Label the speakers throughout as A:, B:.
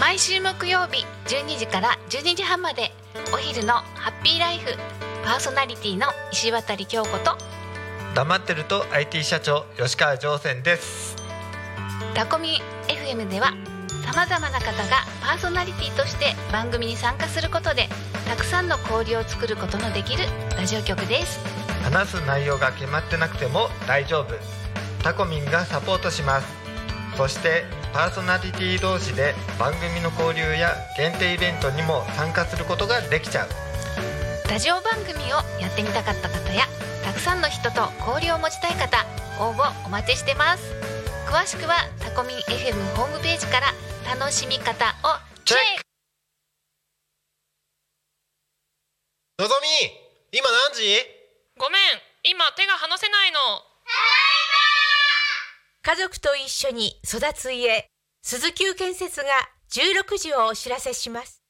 A: 毎週木曜日12時から12時半までお昼のハッピーライフパーソナリティの石渡京子と
B: 黙ってると IT 社長吉川上泉です
A: タコミン FM ではさまざまな方がパーソナリティとして番組に参加することでたくさんの交流を作ることのできるラジオ局です
B: 話す内容が決まってなくても大丈夫タコミンがサポートしますそしてパーソナリティ同士で番組の交流や限定イベントにも参加することができちゃう
A: ラジオ番組をやってみたかった方やたくさんの人と交流を持ちたい方応募お待ちしてます詳しくはタコミン FM ホームページから楽しみ方をチェック
C: のぞみ今何時
D: ごめん今手が離せないの
E: 家族と一緒に育つ家鈴木建設が16時をお知らせします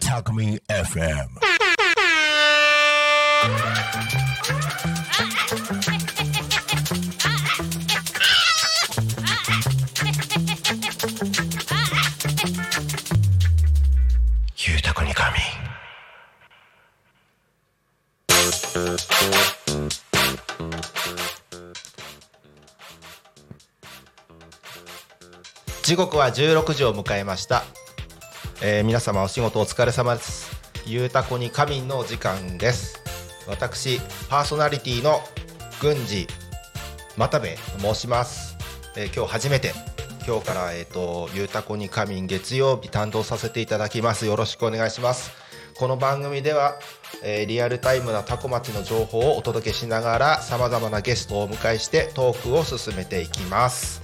F: タコミン FM ゆうたこに神
C: 時刻は16時を迎えました、えー皆様お仕事お疲れ様ですゆうたこに神のお時間です私パーソナリティの郡司又部と申します、えー今日初めて今日からえっ、とゆうたこに神月曜日担当させていただきますよろしくお願いしますこの番組では、えーリアルタイムなタコ町の情報をお届けしながらさまざまなゲストをお迎えしてトークを進めていきます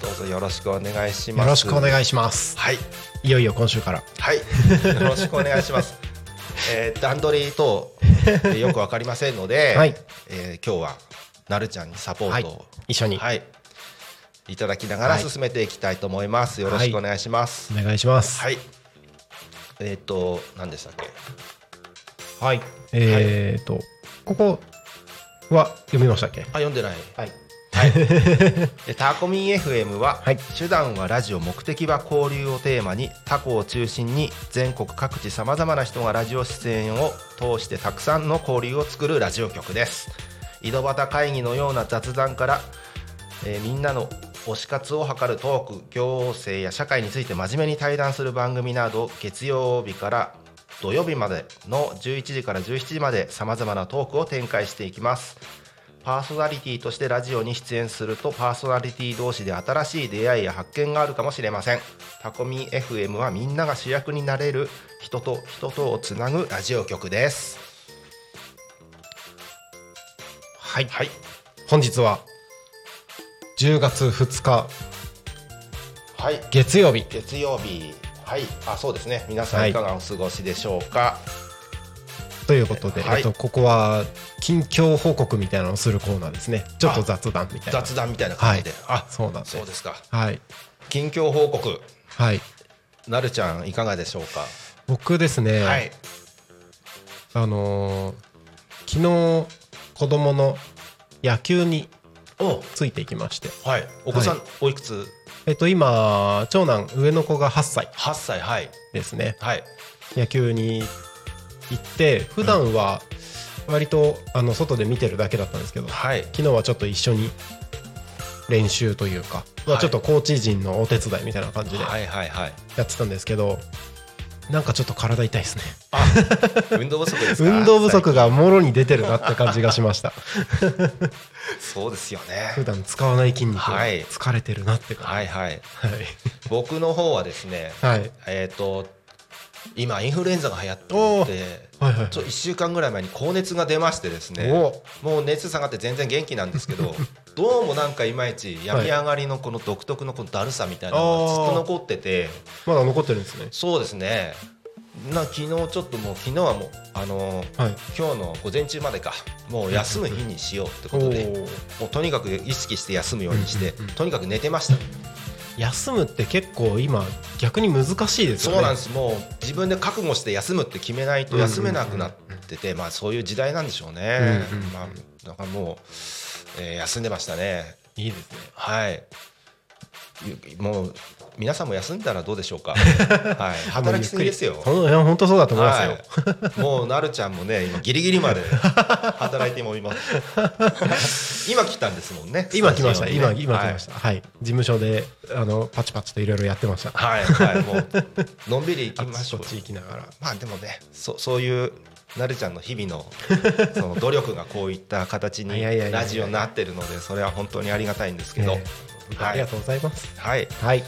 C: どうぞよろしくお願いします
G: よろしくお願
C: い
G: いします。
C: はい
G: いよいよ今週から。
C: はい、よろしくお願いします。えー、段取り等えーよくわかりませんので、
G: はい
C: えー今日はなるちゃんにサポ
G: は
C: ー
G: い
C: トを、
G: 一緒
C: はい、
G: に、
C: い、ただきながら
G: はい
C: 進めていきたいと思います。よろしくお願いします。
G: お願いします。
C: はい、えっ、と何でしたっけ？
G: はい。えーっと、ここは読みましたっけ？
C: あ読んでない。
G: はい。
C: でタコミン FM は、
G: はい
C: 手段はラジオ目的は交流をテーマにタコを中心に全国各地さまざまな人がラジオ出演を通してたくさんの交流を作るラジオ局です井戸端会議のような雑談から、えーみんなの推し活を図るトーク行政や社会について真面目に対談する番組など月曜日から土曜日までの11時から17時までさまざまなトークを展開していきますパーソナリティとしてラジオに出演するとパーソナリティ同士で新しい出会いや発見があるかもしれませんタコミン FM はみんなが主役になれる人と人とをつなぐラジオ局です
G: はい。
C: はい
G: 本日は10月2日
C: はい
G: 月曜日。
C: 月曜日はいあそうですね皆さ
G: は
C: ん
G: い
C: いかがお過ごしでしょうか
G: ということで、
C: はい
G: えっと、ここは近況報告みたいなのをするコーナーですね。ちょっと雑談みたいな。
C: 雑談みたいな感じで、
G: あ、そうなん
C: あ
G: です
C: そう。ですか
G: はい。
C: 近況報告
G: はい。
C: なるちゃんいかがでしょうか、
G: 僕ですね、
C: はい
G: あのー昨日子供の野球に
C: お
G: ついていきまして、
C: はいお子さん、
G: は
C: おいくつ
G: えっと、今長男上の子が8歳
C: 8歳はい
G: ですね
C: はい
G: 野球に行って普段は割とあの外で見てるだけだったんですけど昨
C: はい
G: 日はちょっと一緒に練習というか、まあ
C: はい
G: ちょっとコーチ陣のお手伝いみたいな感じで
C: は
G: や
C: いはいはい
G: ってたんですけどなんかちょっと体痛い ですね
C: あ運動不足ですか
G: 運動不足がもろに出てるなって感じがしま した
C: そうですよ
G: 普
C: ね
G: 段使わない筋肉が
C: はい
G: 疲れてるなって感じ
C: はいはい
G: は
C: 僕の方はですね
G: いはい
C: えっ、と今インフルエンザが流行っていて
G: はいはい
C: ちょ1週間ぐらい前に高熱が出ましてですね
G: お
C: もう熱下がって全然元気なんですけ どどうもなんかいまいち病み上がりのこの独特のこのだるさみたいなのがずっと残ってて
G: まだ残ってるんですね
C: そうですねな昨日ちょっともう昨日はもうあのー
G: はい
C: 今日の午前中までかもう休む日にしようってことで
G: おー
C: もうとにかく意識して休むようにして
G: うんうんうん
C: とにかく寝てました
G: 休むって結構今逆に難しいですよね
C: そうなんですもう自分で覚悟して休むって決めないと
B: うんうん
C: 休めなくなってて、まあ、そういう時代なんでしょうね、
B: うんうん
C: まあ、だからもう、えー休んでましたね
G: いいですね
C: はいゆもう皆さんも休んだらどうでしょ うか、はい、働きすぎですよ
G: ほんいや本当そうだと思いますよ、
C: はい、もうなるちゃんもね今ギリギリまで働いてもいま す今来たんですもんね
G: 今来まし
C: ス
G: た
C: タジオ
G: 今
C: にね
G: 今来ましたはい、事務所であのパチパチといろいろやってました
C: はい、はいはい、もう のんびり行きましょう
G: こっち行きながら
C: まあでもねそそういうなるちゃんの日々のその努力がこういった形に
G: いやいやいやいや
C: ラジオになってるのでそれは本当にありがたいんですけど、
G: えーありがとうございます
C: はい
G: はい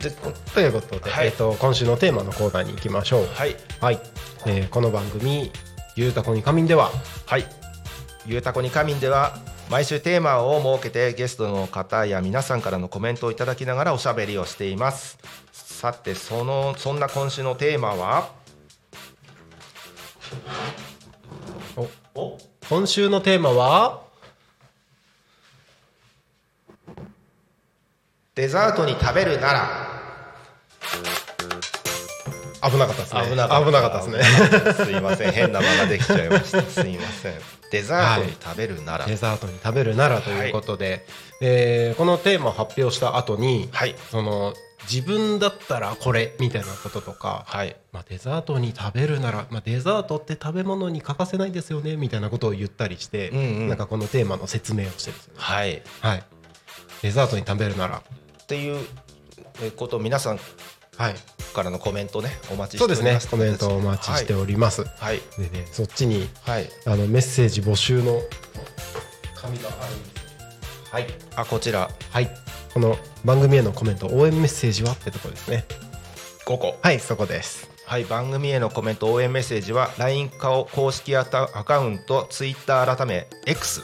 C: で
G: ということで、
C: はい
G: えっと今週のテーマのコーナーに行きましょう
C: はい
G: はい、えーこの番組「ゆうたこに仮眠」では
C: はい「ゆうたこに仮眠」では毎週テーマを設けてゲストの方や皆さんからのコメントをいただきながらおしゃべりをしていますさてそのそんな今週のテーマは
G: お
C: お
G: 今週のテーマは
C: デザートに食べるなら
G: 危なかったですね
C: 危なかった
G: 危なかったですね
C: すいません変な間ができちゃいましたすいませんデザートに食べるなら、
G: デザートに食べるならということで、えーこのテーマを発表した後に、
C: はい
G: その自分だったらこれみたいなこととか、
C: はい
G: まあ、デザートに食べるなら、まあ、デザートって食べ物に欠かせないですよねみたいなことを言ったりして、
C: うんうん
G: なんかこのテーマの説明をしてるんですよ、
C: はいっ
G: はい、デザートに食べるなら、
C: ていうえことを皆さん
G: はい、
C: からのコメントねお待ちして
G: そう
C: お
G: で
C: ります
G: すねコメントをお待ちしております、
C: はい
G: でねそっちに
C: はい、はい
G: あのメッセージ募集の紙があるんです
C: はい、あこちら
G: はい、この番組へのコメント応援メッセージはってとこですね
C: 5個
G: はいそこです
C: はい番組へのコメント応援メッセージは LINE 顔公式アタアカウント Twitter 改め X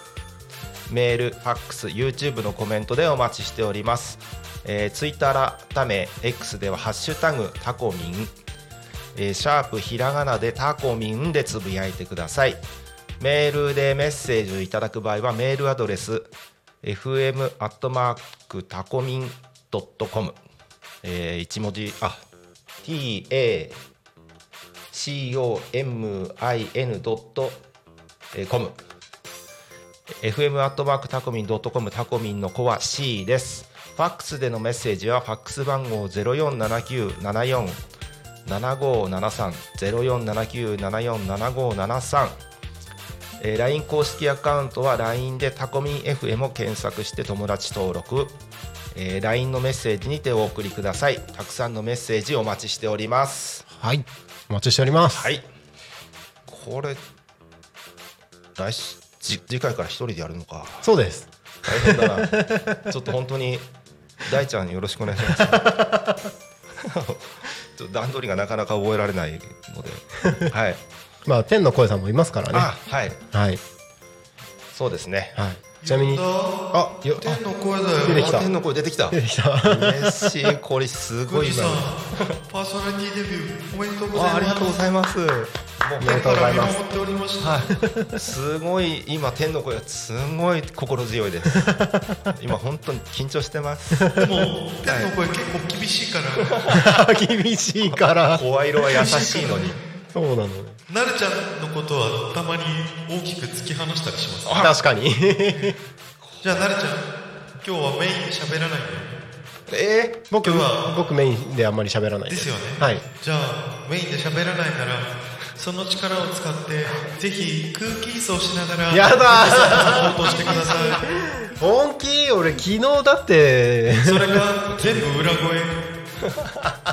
C: メール、ファックス、YouTube のコメントでお待ちしております。えー、Twitter 改め X では「ハッシュタグタコミン」えーシャープひらがなでタコミンでつぶやいてください。メールでメッセージをいただく場合はメールアドレス fm アットマークタコミンドットコム一文字あ t a c o m i n ドットコム fm アットマークタコミンドットコムタコミンの子は C です。ファックスでのメッセージはファックス番号ゼロ四七九七四七五七三ゼロ四七九七四七五七三。えー LINE 公式アカウントは LINE でタコミン FM を検索して友達登録、えー LINE のメッセージにてお送りくださいたくさんのメッセージお待ちしております
G: はいお待ちしております
C: はいこれ来週じ次回から一人でやるのか
G: そうです
C: 大変 だなちょっと本当に大ちゃんよろしくお願いします ちょっと段取りがなかなか覚えられないの ではい
G: まあ天の声さんもいますからね
C: あはい
G: はい
C: そうですね
G: はいちなみにあよあ
B: の声だ
G: 出てきた
C: あ天の声出てきた
G: 出てきた
C: 嬉しいこれすごい今
B: パーソナリティデビューおめでとう
C: あありがとうございますも
G: おめでとうございます
B: っておりまし
C: うすごい今天の声がすごい心強い です今本当に緊張してます
B: でも天の声結構厳しいから、
G: 厳しいから
C: 声色は優しいのに
G: そうなのね
B: なるちゃんのことはたまに大きく突き放したりします
G: 確かに
B: じゃあなるちゃん今日はメイン喋らないんだよ
C: えー
G: 僕
B: 今日は
G: 僕メインであんまり喋らない
B: ですよね
G: はい
B: じゃあメインで喋らないならその力を使ってぜひ空気椅子をしながら
G: やだ
B: サポートしてください
G: ー本気俺昨日だって
B: それが全部裏声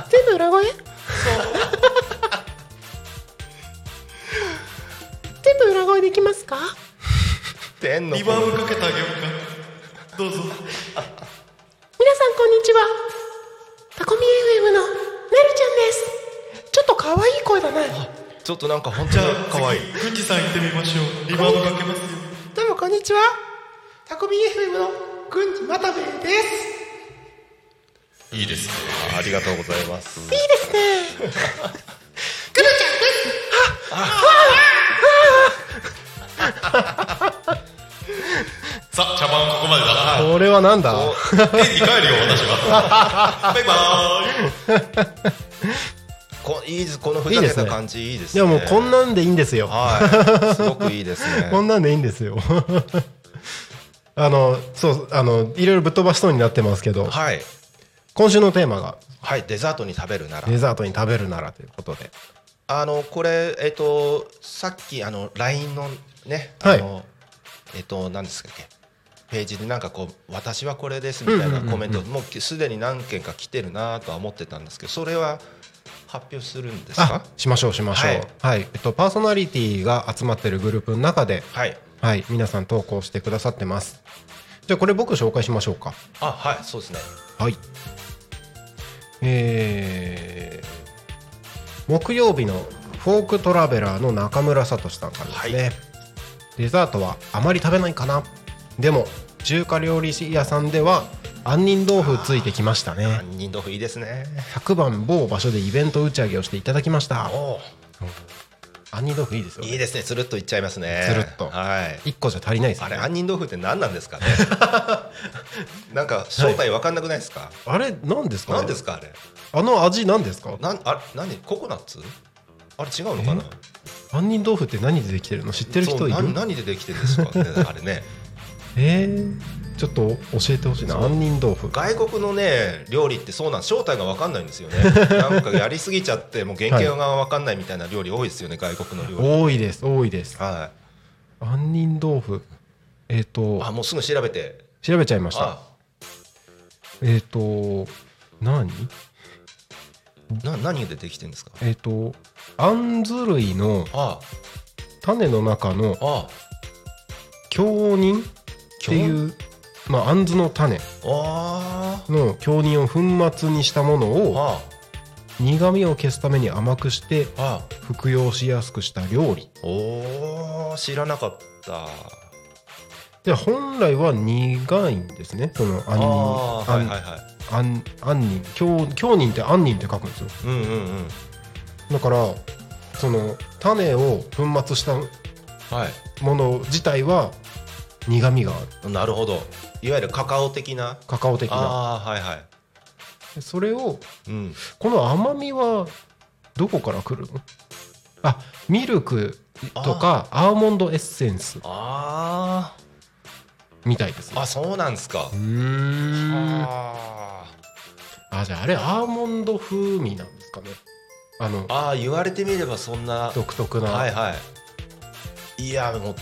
G: 全部裏 声全部裏声できますか
C: 天の
B: リ
C: 声
B: バウンドかけてあげようかどうぞ
H: 皆さんこんにちはタコミ FM のなるちゃんですちょっと可愛い声だな
C: ちょっとなんか本
B: じ
C: 当
B: ゃ
C: に
B: あ
C: 可愛い
B: 次富士山行ってみましょうリバウンドかけますよ
H: どうもこんにちはタコミ FM のくんまたべです
B: いいですね
C: ありがとうございます
H: いいですねくるちゃんです
B: さあ茶番ここまでだ
G: これれはなんだ
I: 家に帰るよ私 はバイバーイ
C: こいいですこのふざけた感じいいです
G: い
C: ね
G: やもうこんなんでいいんですよ、
C: はいすごくいいです ね
G: こんなんでいいんですよあのそうあのいろいろぶっ飛ばしそうになってますけど、
C: はい
G: 今週のテーマが
C: はいデザートに食べるなら
G: デザートに食べるならということで
C: あのこれえっとさっきあの LINE のね
G: は
C: あ
G: い
C: の、えっと何ですかっけページでなんかこう私はこれですみたいなコメントもうすでに何件か来てるなとは思ってたんですけどそれは発表するんです
G: あ
C: か
G: しましょうしましょう
C: はい
G: はい、えっと、パーソナリティが集まってるグループの中で
C: はい
G: はい皆さん投稿してくださってますじゃあこれ僕紹介しましょうか
C: あはいそうですね
G: はい。えー木曜日のフォークトラベラーの中村聡さんからですね、
C: はい
G: デザートはあまり食べないかなでも中華料理屋さんでは杏仁豆腐ついてきましたね
C: 杏仁豆腐いいですね
G: 100番某場所でイベント打ち上げをしていただきました
C: お
G: 杏仁豆腐いいですよ、ね、
C: いいですねつるっといっちゃいますね
G: つるっと
C: はい
G: 1個じゃ足りないです
C: あ
G: よ
C: れ
G: ね
C: 杏仁豆腐って何なんです かねなんか正体わかんなくないですか、
G: あれ何ですか
C: 何ですかあれ
G: あの味何ですか
C: なんあ何ココナッツあれ違うのかな
G: 杏仁豆腐って何でできてるの知ってる
C: そ
G: 人
C: う
G: いる
C: 何何でできてるんですかねあれね
G: えー、ちょっと教えてほしいな
C: そう
G: 杏仁豆腐
C: 外国のね料理ってそうなん正体が分かんないんですよ ねなんかやりすぎちゃってもう原型が分かんないみたいな料理多いですよね外国の料理
G: 多いです多いです
C: は
G: 杏仁豆腐えっ、
C: いあ
G: と
C: もうすぐ調べて
G: 調べちゃいました
C: あ
G: えっ、と何
C: な何でできてるんですか
G: えっ、とあんず類の
C: あ
G: 種の中の
C: あ
G: 強仁っていうまああんずの種
C: あ
G: の強仁を粉末にしたもの
C: あ
G: を
C: あ
G: 苦味を消すために甘くして
C: あ
G: 服用しやすくした料理
C: おー知らなかった
G: で本来は苦いんですねその杏
C: あー
G: 仁
C: はいはいはい
G: 杏仁強強仁って杏仁って書くんですよ
C: うんうんうん
G: だからその種を粉末した
C: はい
G: もの自体は苦味がある
C: なるほどいわゆるカカオ的な
G: カカオ的な
C: ああはいはい
G: それを
C: うん
G: この甘みはどこから来るのあミルクとかアーモンドエッセンス
C: あ
G: みたいです
C: ああそうなんですか
G: うーん
C: あ
G: あじゃああれアーモンド風味なんですかねあの
C: ーあー言われてみればそんな
G: 独特な、
C: はいはいいやもうほんと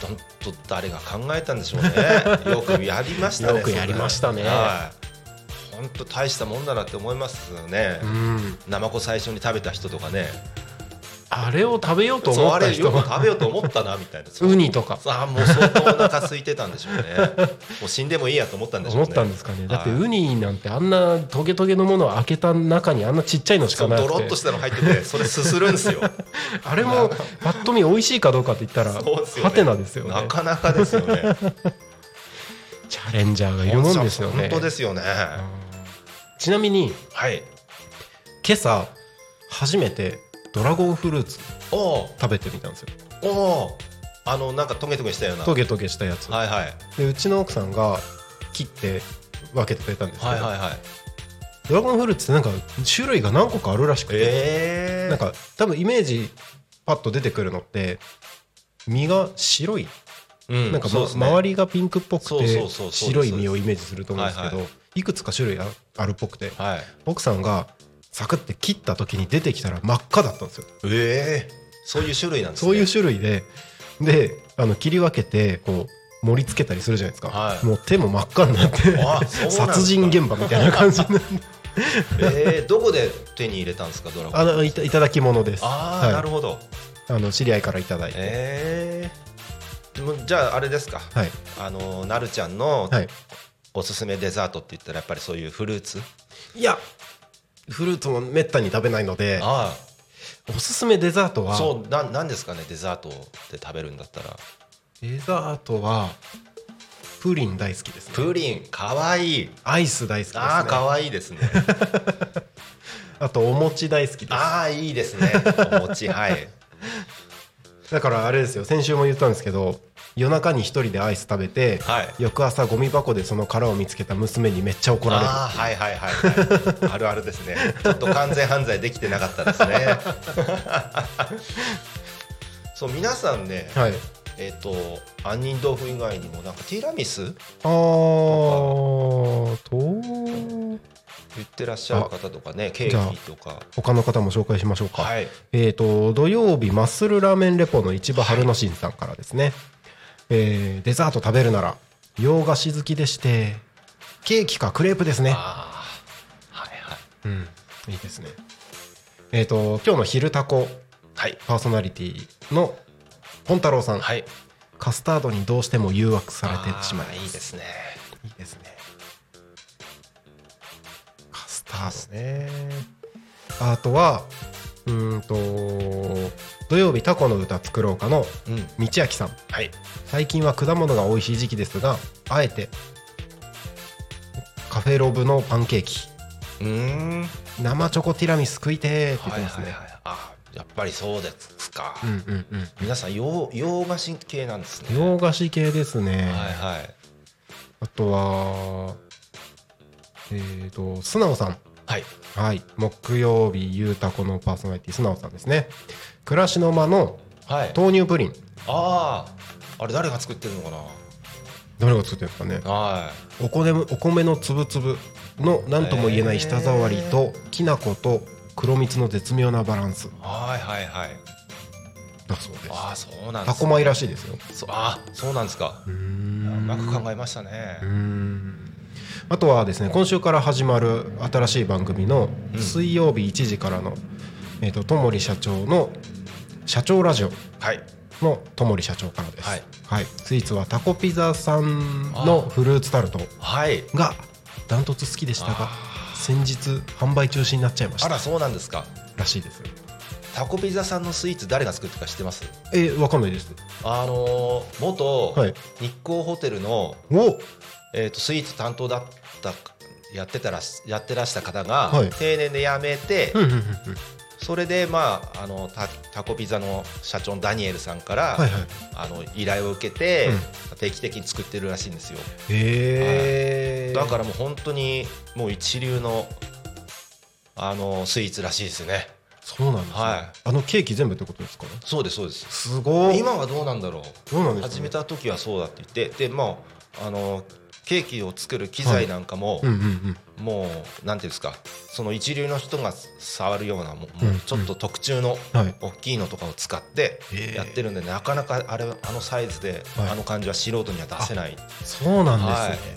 C: 誰が考えたんでしょうね よくやりましたね
G: よくやりましたね
C: それはい本当大したもんだなって思いますよね
G: うん
C: ナマコ最初に食べた人とかね
G: あれを食べようと
C: そう
G: 思
C: あ
G: った
C: れよ
G: 人
C: く
G: が
C: 食べようと思ったな みたいな
G: ウニとか
C: あーもう相当お腹空いてたん でしょうねもう死んでもいいやと思ったんでしょう
G: 思
C: ね
G: ったんですかねだって
C: はい
G: ウニなんてあんなトゲトゲのものを開けた中にあんなちっちゃいのし
C: そ
G: かな
C: うド
G: く
C: ロ
G: て
C: ッとしたの入っててそれすするんです よ
G: あれもぱっと見美味しいかどうかって言ったら
C: そうですよね
G: ハテナですよね
C: なかなかですよね
G: チャレンジャーがいるもんですよね
C: 本当ですよね
G: うんちなみに
C: はい
G: 今朝初めてドラゴンフルーツ
C: おお
G: 食べてみたんですよ
C: おおあのなんかトゲトゲしたような
G: トゲトゲしたやつ
C: はいはい
G: でうちの奥さんが切って分けてくれたんですけ
C: はい
G: ど
C: はいはい
G: ドラゴンフルーツってなんか種類が何個かあるらしくて
C: ええ
G: なんか多分イメージパッと出てくるのって実が白い
C: うん
G: なんか、
C: そう
G: ま
C: ですね
G: 周りがピンクっぽく
C: そうそう
G: て
C: そうそうです
G: 白い実をイメージすると思うんですけど、
C: はい
G: いくつか種類ああるっぽくて
C: はい
G: 奥さんがサクって切った時に出てきたら真っ赤だったんですよ
C: ええそういう種類なんですね
G: そういう種類でであの切り分けてこう盛り付けたりするじゃないですか、
C: はい
G: もう手も真っ赤になって
C: あそうなんですか
G: 殺人現場みたいな感じになって
C: ええどこで手に入れたんですかドラゴン
G: あのいたいただき物です
C: ああ、
G: はい
C: なるほど
G: あの知り合いからいただいて、
C: ええもうじゃああれですか
G: はい
C: あのなるちゃんの
G: はい
C: おすすめデザートって言ったらやっぱりそういうフルーツ
G: いやフルーツもめったに食べないので
C: あ
G: おすすめデザート
C: あ
G: は
C: そうななんですかねデザートで食べるんだったら
G: デザートはプリン大好きです、ね、
C: プリンかわいい
G: アイス大好きです、ね、
C: ああか
G: あ
C: わいいですね
G: とお餅大好きで
C: ああいいですねお餅はい
G: すだからあれですよ先週も言ったんですけど夜中に一人でアイス食べて、
F: はい
G: 翌朝ゴミ箱でその殻を見つけた娘にめっちゃ怒られる
C: あーはいはいはい、はい、あるあるですねちょっと完全犯罪できてなかっ たですねそう皆さんね、
G: はい
C: えっ、と杏仁豆腐以外にもなんかティラミス
G: あーと
C: 言ってらっしゃる方とかねケーキとか
G: 他の方も紹介しましょうか、
C: はい
G: えー、と土曜日マッスルラーメンレポの市場春之進さんからですね、えーデザート食べるなら洋菓子好きでしてケーキかクレープですね
F: ああはいはい
G: うんいいですねえっ、と今日の「昼タコ」
F: はい
G: パーソナリティのポン太郎さん、
F: はい
G: カスタードにどうしても誘惑されてしまいます
C: あーいいですね
G: いいですねカスタードねあとはうーんと土曜日タコの歌作ろうかの
C: うん
G: 道明さん
F: はい
G: 最近は果物が美味しい時期ですがあえてカフェロブのパンケーキ
C: うーん
G: 生チョコティラミス食いてーって言っ
C: は
G: て
C: い
G: ます
C: はい
G: ね、
C: はいあーやっぱりそうですか、
G: うんうんうん
C: 皆さん洋洋菓子系なんですね
G: 洋菓子系ですね、
C: はいはい
G: あとはえっ、と素直さん
C: はい
G: はい木曜日ゆうたこのパーソナリティ素直さんですね暮らしの間の
C: はい
G: 豆乳プリン
C: あああれ誰が作ってるのかな
G: 誰が作ってるんですかね
C: は
G: お米お米の粒々の何とも言えない舌触りときな粉と黒蜜の絶妙なバランス
C: いはいはいはい
G: だそうです
C: ああそうなんで
G: タ
C: す
G: コ米らしいですよ
C: そうあーそうなんですか
G: うー
C: いやうんまく考えましたね
G: うーんあとはですね今週から始まる新しい番組の
C: うん
G: 水曜日1時からの、えー、とともり社長の社長ラジオ
C: はい
G: のともり社長からです、
C: はい
G: スイーツはタコピザさんのフルーツタルト
C: はい
G: がダントツ好きでしたが先日販売中止になっちゃいまし
C: あ
G: た
C: らそうなんですから
G: しいです
C: タコピザさんのスイーツ誰が作ってるか知ってます
G: えわかんないです
C: あのー元
G: はい
C: 日光ホテルの、
G: お
C: えー、とスイーツ担当だったやってたらしやってらした方が、
G: はい
C: 定年で辞めて、
G: うんうんうんうん
C: それでまああのタタコピザの社長のダニエルさんから、
G: はいはい
C: あの依頼を受けて、
G: う
C: 定期的に作ってるらしいんですよ
G: へえ
C: だからもう本当にもう一流のあのスイーツらしいですね
G: そうなんですね、
C: はい
G: あのケーキ全部ってことですか
C: そうですそうです
G: すごい
C: 今はどうなんだろう
G: どうなんですかね
C: 始めた時はそうだって言ってでまああのケーキを作る機材なんかも、
G: うんうんうん
C: もうなんていうんですかその一流の人が触るようなも
G: う
C: う
G: ん
C: もうちょっと特注の
G: はい
C: 大きいのとかを使って
G: へえ
C: やってるんで、なかなかあれあのサイズで、
G: はい
C: あの感じは素人には出せない
G: そうなんですね、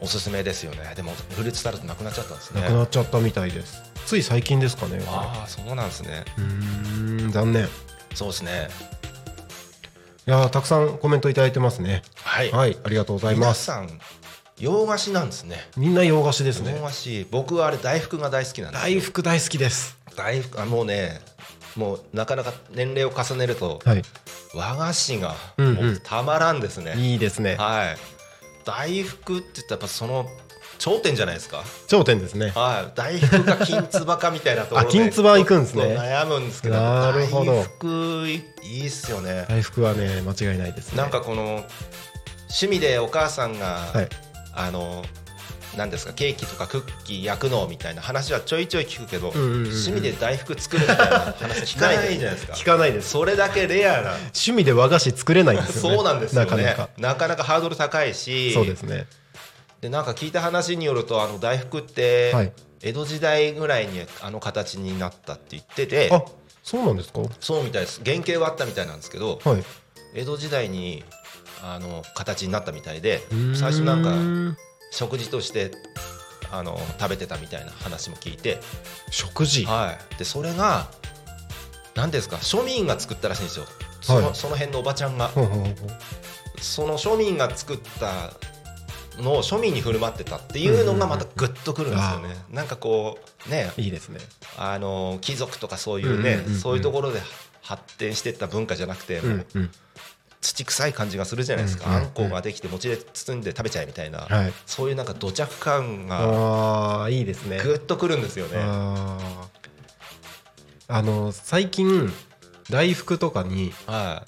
C: おすすめですよねでもフルーツタルトなくなっちゃったんですね
G: なくなっちゃったみたいですつい最近ですかね
C: ああそうなんですね
G: うーん残念い
C: そうですね
G: やーたくさんコメントいただいてますね
C: はい、
G: はいありがとうございま
C: 皆
G: す
C: さん洋菓子なんですね
G: みんな洋菓子です
C: 洋
G: ね
C: 菓子僕はあれ大福が大好きなんですよ
G: 大福大好きです
C: 大福あもうねもうなかなか年齢を重ねると、
G: はい
C: 和菓子が
G: うんうん
C: もうたまらんですね、
G: いいですね
C: はい大福って言ったらやっぱその頂点じゃないですか
G: 頂点ですね
C: はい大福か金つばかみたいなところ
G: あ金つば行くんですね
C: ちょっと悩むんですけど
G: なるほど
C: 大福いいっすよね、
G: 大福はね間違いないですね
C: なんかこの趣味でお母さんが、
G: はい
C: あのなんですかケーキとかクッキー焼くのみたいな話はちょいちょい聞くけど、
G: んうんうんうん
C: 趣味で大福作るみたいな話聞かないじゃないですか
G: 聞かないです
C: それだけレアな
G: 趣味で和菓子作れないんですよね
C: そうなんですよね
G: なかなか
C: なかなかハードル高いし
G: そうですね
C: でなんか聞いた話によるとあの大福って、
G: はい
C: 江戸時代ぐらいにあの形になったって言ってて
G: あそうなんですかは
C: そうみたいです原型はあったみたいなんですけ
G: い
C: ど、江戸時代にあの形になったみたいで
G: うー
C: 最初なんか食事としてあの食べてたみたいな話も聞いて、
G: 食事
C: はい、でそれが何ですか庶民が作ったらしいんですよその,、
G: はい
C: その辺のおばちゃんが、
G: ほうほうほうほう
C: その庶民が作ったのを庶民に振る舞ってたっていうのがまたグッとくるんですよね、
G: うんうんうん
C: なんかこうね
G: いいですね
C: あの貴族とかそういうね、
G: うんうんうんうん
C: そういうところで発展してった文化じゃなくて、もう
G: うん
C: 土臭い感じがするじゃないですか、
G: うんうんうん
C: あんこができて餅で包んで食べちゃえみたいな、
G: はい
C: そういうなんか土着感が
G: ああいいですね
C: ぐっとくるんですよね。
G: あーあの最近大福とかに
C: は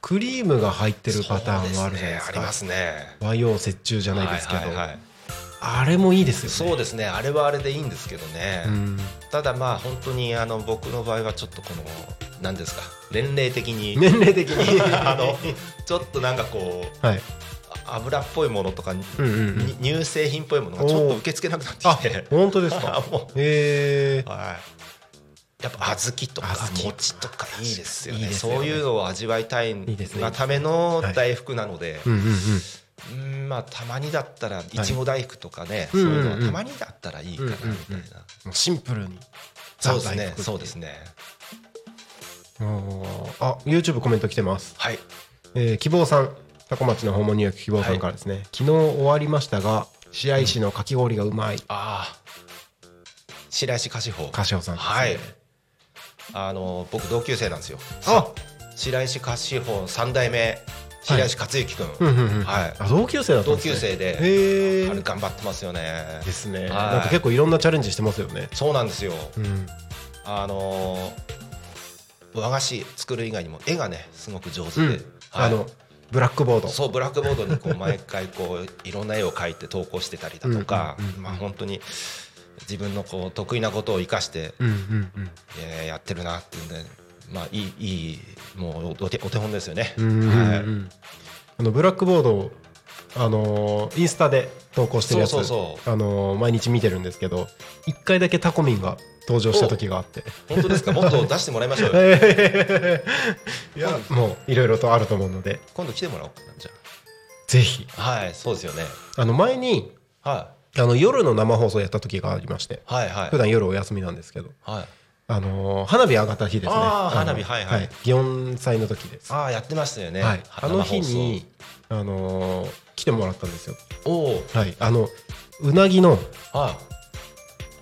G: クリームが入ってるパターンもあるじゃないです
C: そうねあり
G: か
C: ますね
G: 和洋折衷じゃないですけど、
C: はいはいはい
G: あれもいいですよね
C: そうですねあれはあれでいいんですけどね、
G: うん
C: ただまあ本当にあの僕の場合はちょっとこの何ですか年齢的に、
G: 年齢的に
C: あのちょっとなんかこう
G: はい
C: あ油っぽいものとか、
G: うんうんうん
C: に乳製品っぽいものがちょっと受け付けなくなってきて
G: 本当です
C: あ
G: か
C: も
G: へえ
C: うはいやっぱ小豆とか
G: 小豆
C: 餅とかいいですよね
G: いいですよね
C: そういうのを味わいたい
G: いいですね
C: がための大福なので、
G: うんうんうん
C: うんまあたまにだったらいちご大福とかね、
G: うん
C: そううん
G: うん
C: いうのはたまにだったらいいかなみたいな、
G: うんうんうんもうシンプルに
C: そうですね
G: 大福
C: そうですね
G: おーあ YouTube コメント来てます、
C: はい
G: えー希望さんタコ町の訪問入学希望さんからですね、昨日終わりましたが試合士のかき氷がうまい
C: ああ白石菓子法
G: 柏さんですね
C: はいあの僕同級生なんですよ
G: あ
C: 白石菓子法三代目白石克之君、
G: うんうんうん
C: はい
G: あ同級生だったん
C: 同
G: です、
C: 級
G: ね、
C: 生で
G: へえ
C: あれ頑張ってますよね
G: ですね、
C: はい
G: なんか結構いろんなチャレンジしてますよね
C: そうなんですよ
G: うん
C: あのー和菓子作る以外にも絵がねすごく上手で、
G: うん
C: はい
G: あのブラックボード
C: そうブラックボードにこう毎回こういろんな絵を描いて投稿してたりだとか、
G: うんうんうん
C: まあ本当に自分のこう得意なことを生かして、
G: うんうんうん
C: えーやってるなっていうんで、まあいいいいもうお手お手本ですよね。
G: うんうんうん
C: はい
G: あのブラックボードをあのーインスタで投稿してるやつ
C: そうそうそ
G: あのー毎日見てるんですけど一回だけタコミンが登場した時があって
C: 本当ですか？もっと出してもらいましょうよ。
G: えーいや もういろいろとあると思うので
C: 今度来てもらおうかなじゃ
G: ぜひ
C: あ。はい、そうですよね。
G: あの前に
C: は
G: あの夜の生放送やった時がありまして
C: いはいはい
G: 普段夜お休みなんですけど
C: はい。
G: あのー花火上がった日ですね
C: あー
G: の
C: 花火はいはい
G: 祇園祭の時です
C: ああやってましたよね。
G: はい、あの日
C: 生放送
G: に、あのー来てもらったんですよ、
C: おお
G: はい、あのうなぎの
C: あ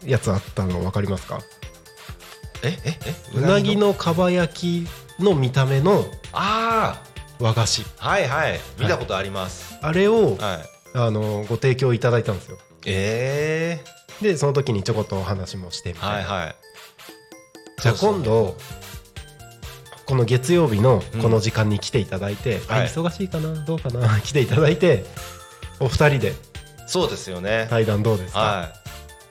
G: やつあったの分かりますか
C: えええ
G: うなぎのかば焼きの見た目の
C: あ
G: 和菓子
C: あはいはい見たことあります。
G: あれを、
C: はい。
G: あのーご提供いただいたんですよ
C: ええ
G: でその時にちょこっとお話もしてみたいな、
C: はいはい。
G: じゃあ今度この月曜日のこの時間に来ていただいて、あ
C: はい
G: 忙しいかなどうかな 来ていただいてお二人で
C: そうですよね。
G: 対談どうですか、
C: は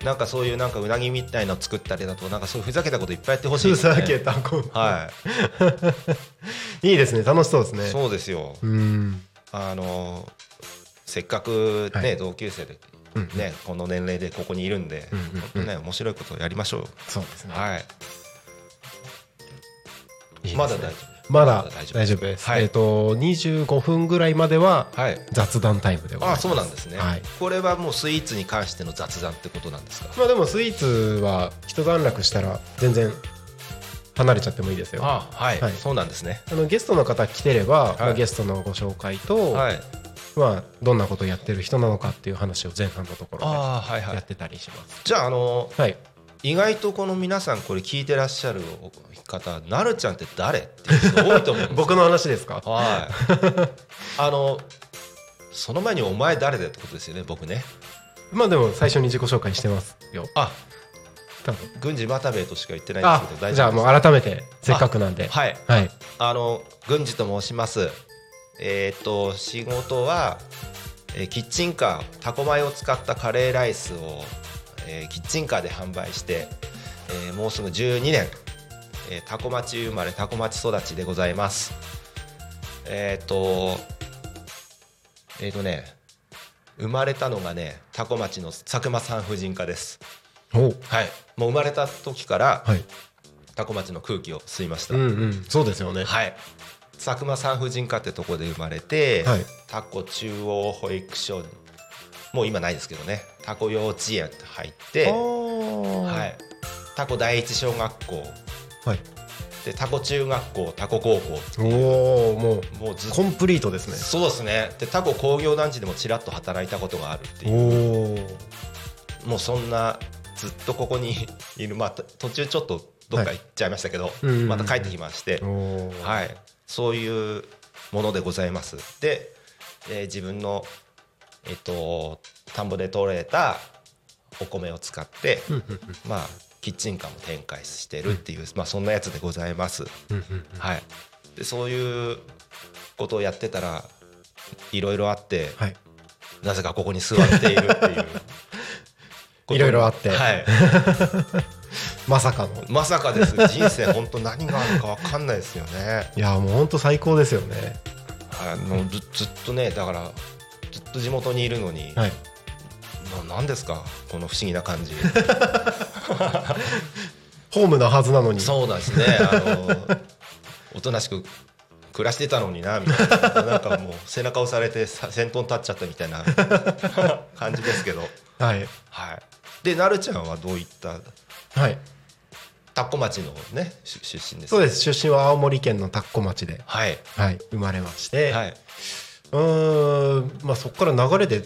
C: い。なんかそういうなんかうなぎみたいなの作ったりだとなんかそういうふざけたこといっぱいやってほしい
G: ふ
C: ですね。
G: ざけたこ
C: はい
G: いですね楽しそうです
C: い。
G: ね
C: そうですよ。
G: うん
C: あのせっかくね、
G: はい
C: 同級生で
G: うん
C: ねこの年齢でここにいるんで、
G: うんうんうん
C: 本当ね面白いことをやりましょうよ。
G: そうですね
C: はい。
G: いいですね
C: まだ大丈
G: まだ
C: 大丈夫
G: 大丈夫です、
C: はい
G: えっ、と25分ぐらいまでは
C: 夫。はい。
G: 雑談タイムでござい
C: あ
G: ま
C: あ
G: す
C: そうなんですね、
G: はい
C: これはもうスイーツに関しての雑談ってことなんですか。
G: まあでもスイーツは一段落したら全然離れちゃってもいいですよあ
C: あはい、
G: はい
C: そうなんですね。
G: のゲストの方来てれば、
C: い
G: まあゲストのご紹介と、
C: はい。
G: まあ、どんなことをやってる人なのかっていう話を前半のところで
C: ああはいは
G: やっ
C: い。
G: てたりします
C: じゃああの
G: はい
C: 意外とこの皆さんこれ聞いてらっしゃる方なるちゃんって誰っていう人多いと思 うんですよ
G: 僕の話ですか
C: はいあのその前に「お前誰だ?」ってことですよね僕ね
G: まあでも最初に自己紹介してますよ
C: あ
G: 多分
C: 軍事又兵衛としか言ってないん
G: あ
C: ですけど大
G: じゃあ
C: 丈
G: も
C: 夫
G: う
C: で
G: 改めてせっかくなんです
C: はい
G: はい
C: あの軍事と申しますえーっと仕事は、えーキッチンカータコ米を使ったカレーライスを、えーキッチンカーで販売して、えーもうすぐ12年、えータコ町生まれタコ町育ちでございますえーっとえーっとね生まれたのがねタコ町の佐久間産婦人科です
G: おう
C: はいもう生まれた時から
G: はい
C: タコ町の空気を吸いました、
G: うんうんそうですよね
C: はい佐久間産婦人科ってとこで生まれて、
G: はい
C: タコ中央保育所もう今ないですけどねタコ幼稚園って入って、
G: は
C: はい、タコ第一小学校
G: はい
C: でタコ中学校タコ高校
G: おおもう
C: もうずっ
G: コ
C: と
G: ンプリートですね
C: そうですねでタコ工業団地でもちらっと働いたことがあるっていう
G: おお
C: もうそんなずっとここにいる、まあ、と途中ちょっとどっか行っちゃいましたけど、
G: うんうんうん
C: また帰ってきまして、
G: おー
C: はい、そういうものでございます。で、えー自分の、えっと田んぼで取れたお米を使って、
G: うんうん
C: まあ、キッチンカーも展開してるっていう、まあ、そんなやつでございます。
G: うんうんうん
C: はい、でそういうことをやってたらいろいろあって、
G: はい
C: なぜかここに座っているっていうことに
G: いろいろあって
C: はい、
G: まさかの
C: まさかです人生本当何があるか分かんないですよね
G: いやもうほんと最高ですよね
C: あのずずっとねだからずっと地元にいるのに、
G: はい
C: な何ですかこの不思議な 感じ
G: ホームなはずなのに
C: そうなんですねあのおとなしく暮らしてたのになみたいななんかもう背中押されてさ先頭に立っちゃったみたいな 感じですけど
G: はい
C: はいでなるちゃんはどういった
G: はい
C: 田子町のねし出身です
G: そうです出身は青森県の田子町で、
C: はい
G: はい、生まれまして、
C: はい、
G: うーんまあそこから流れで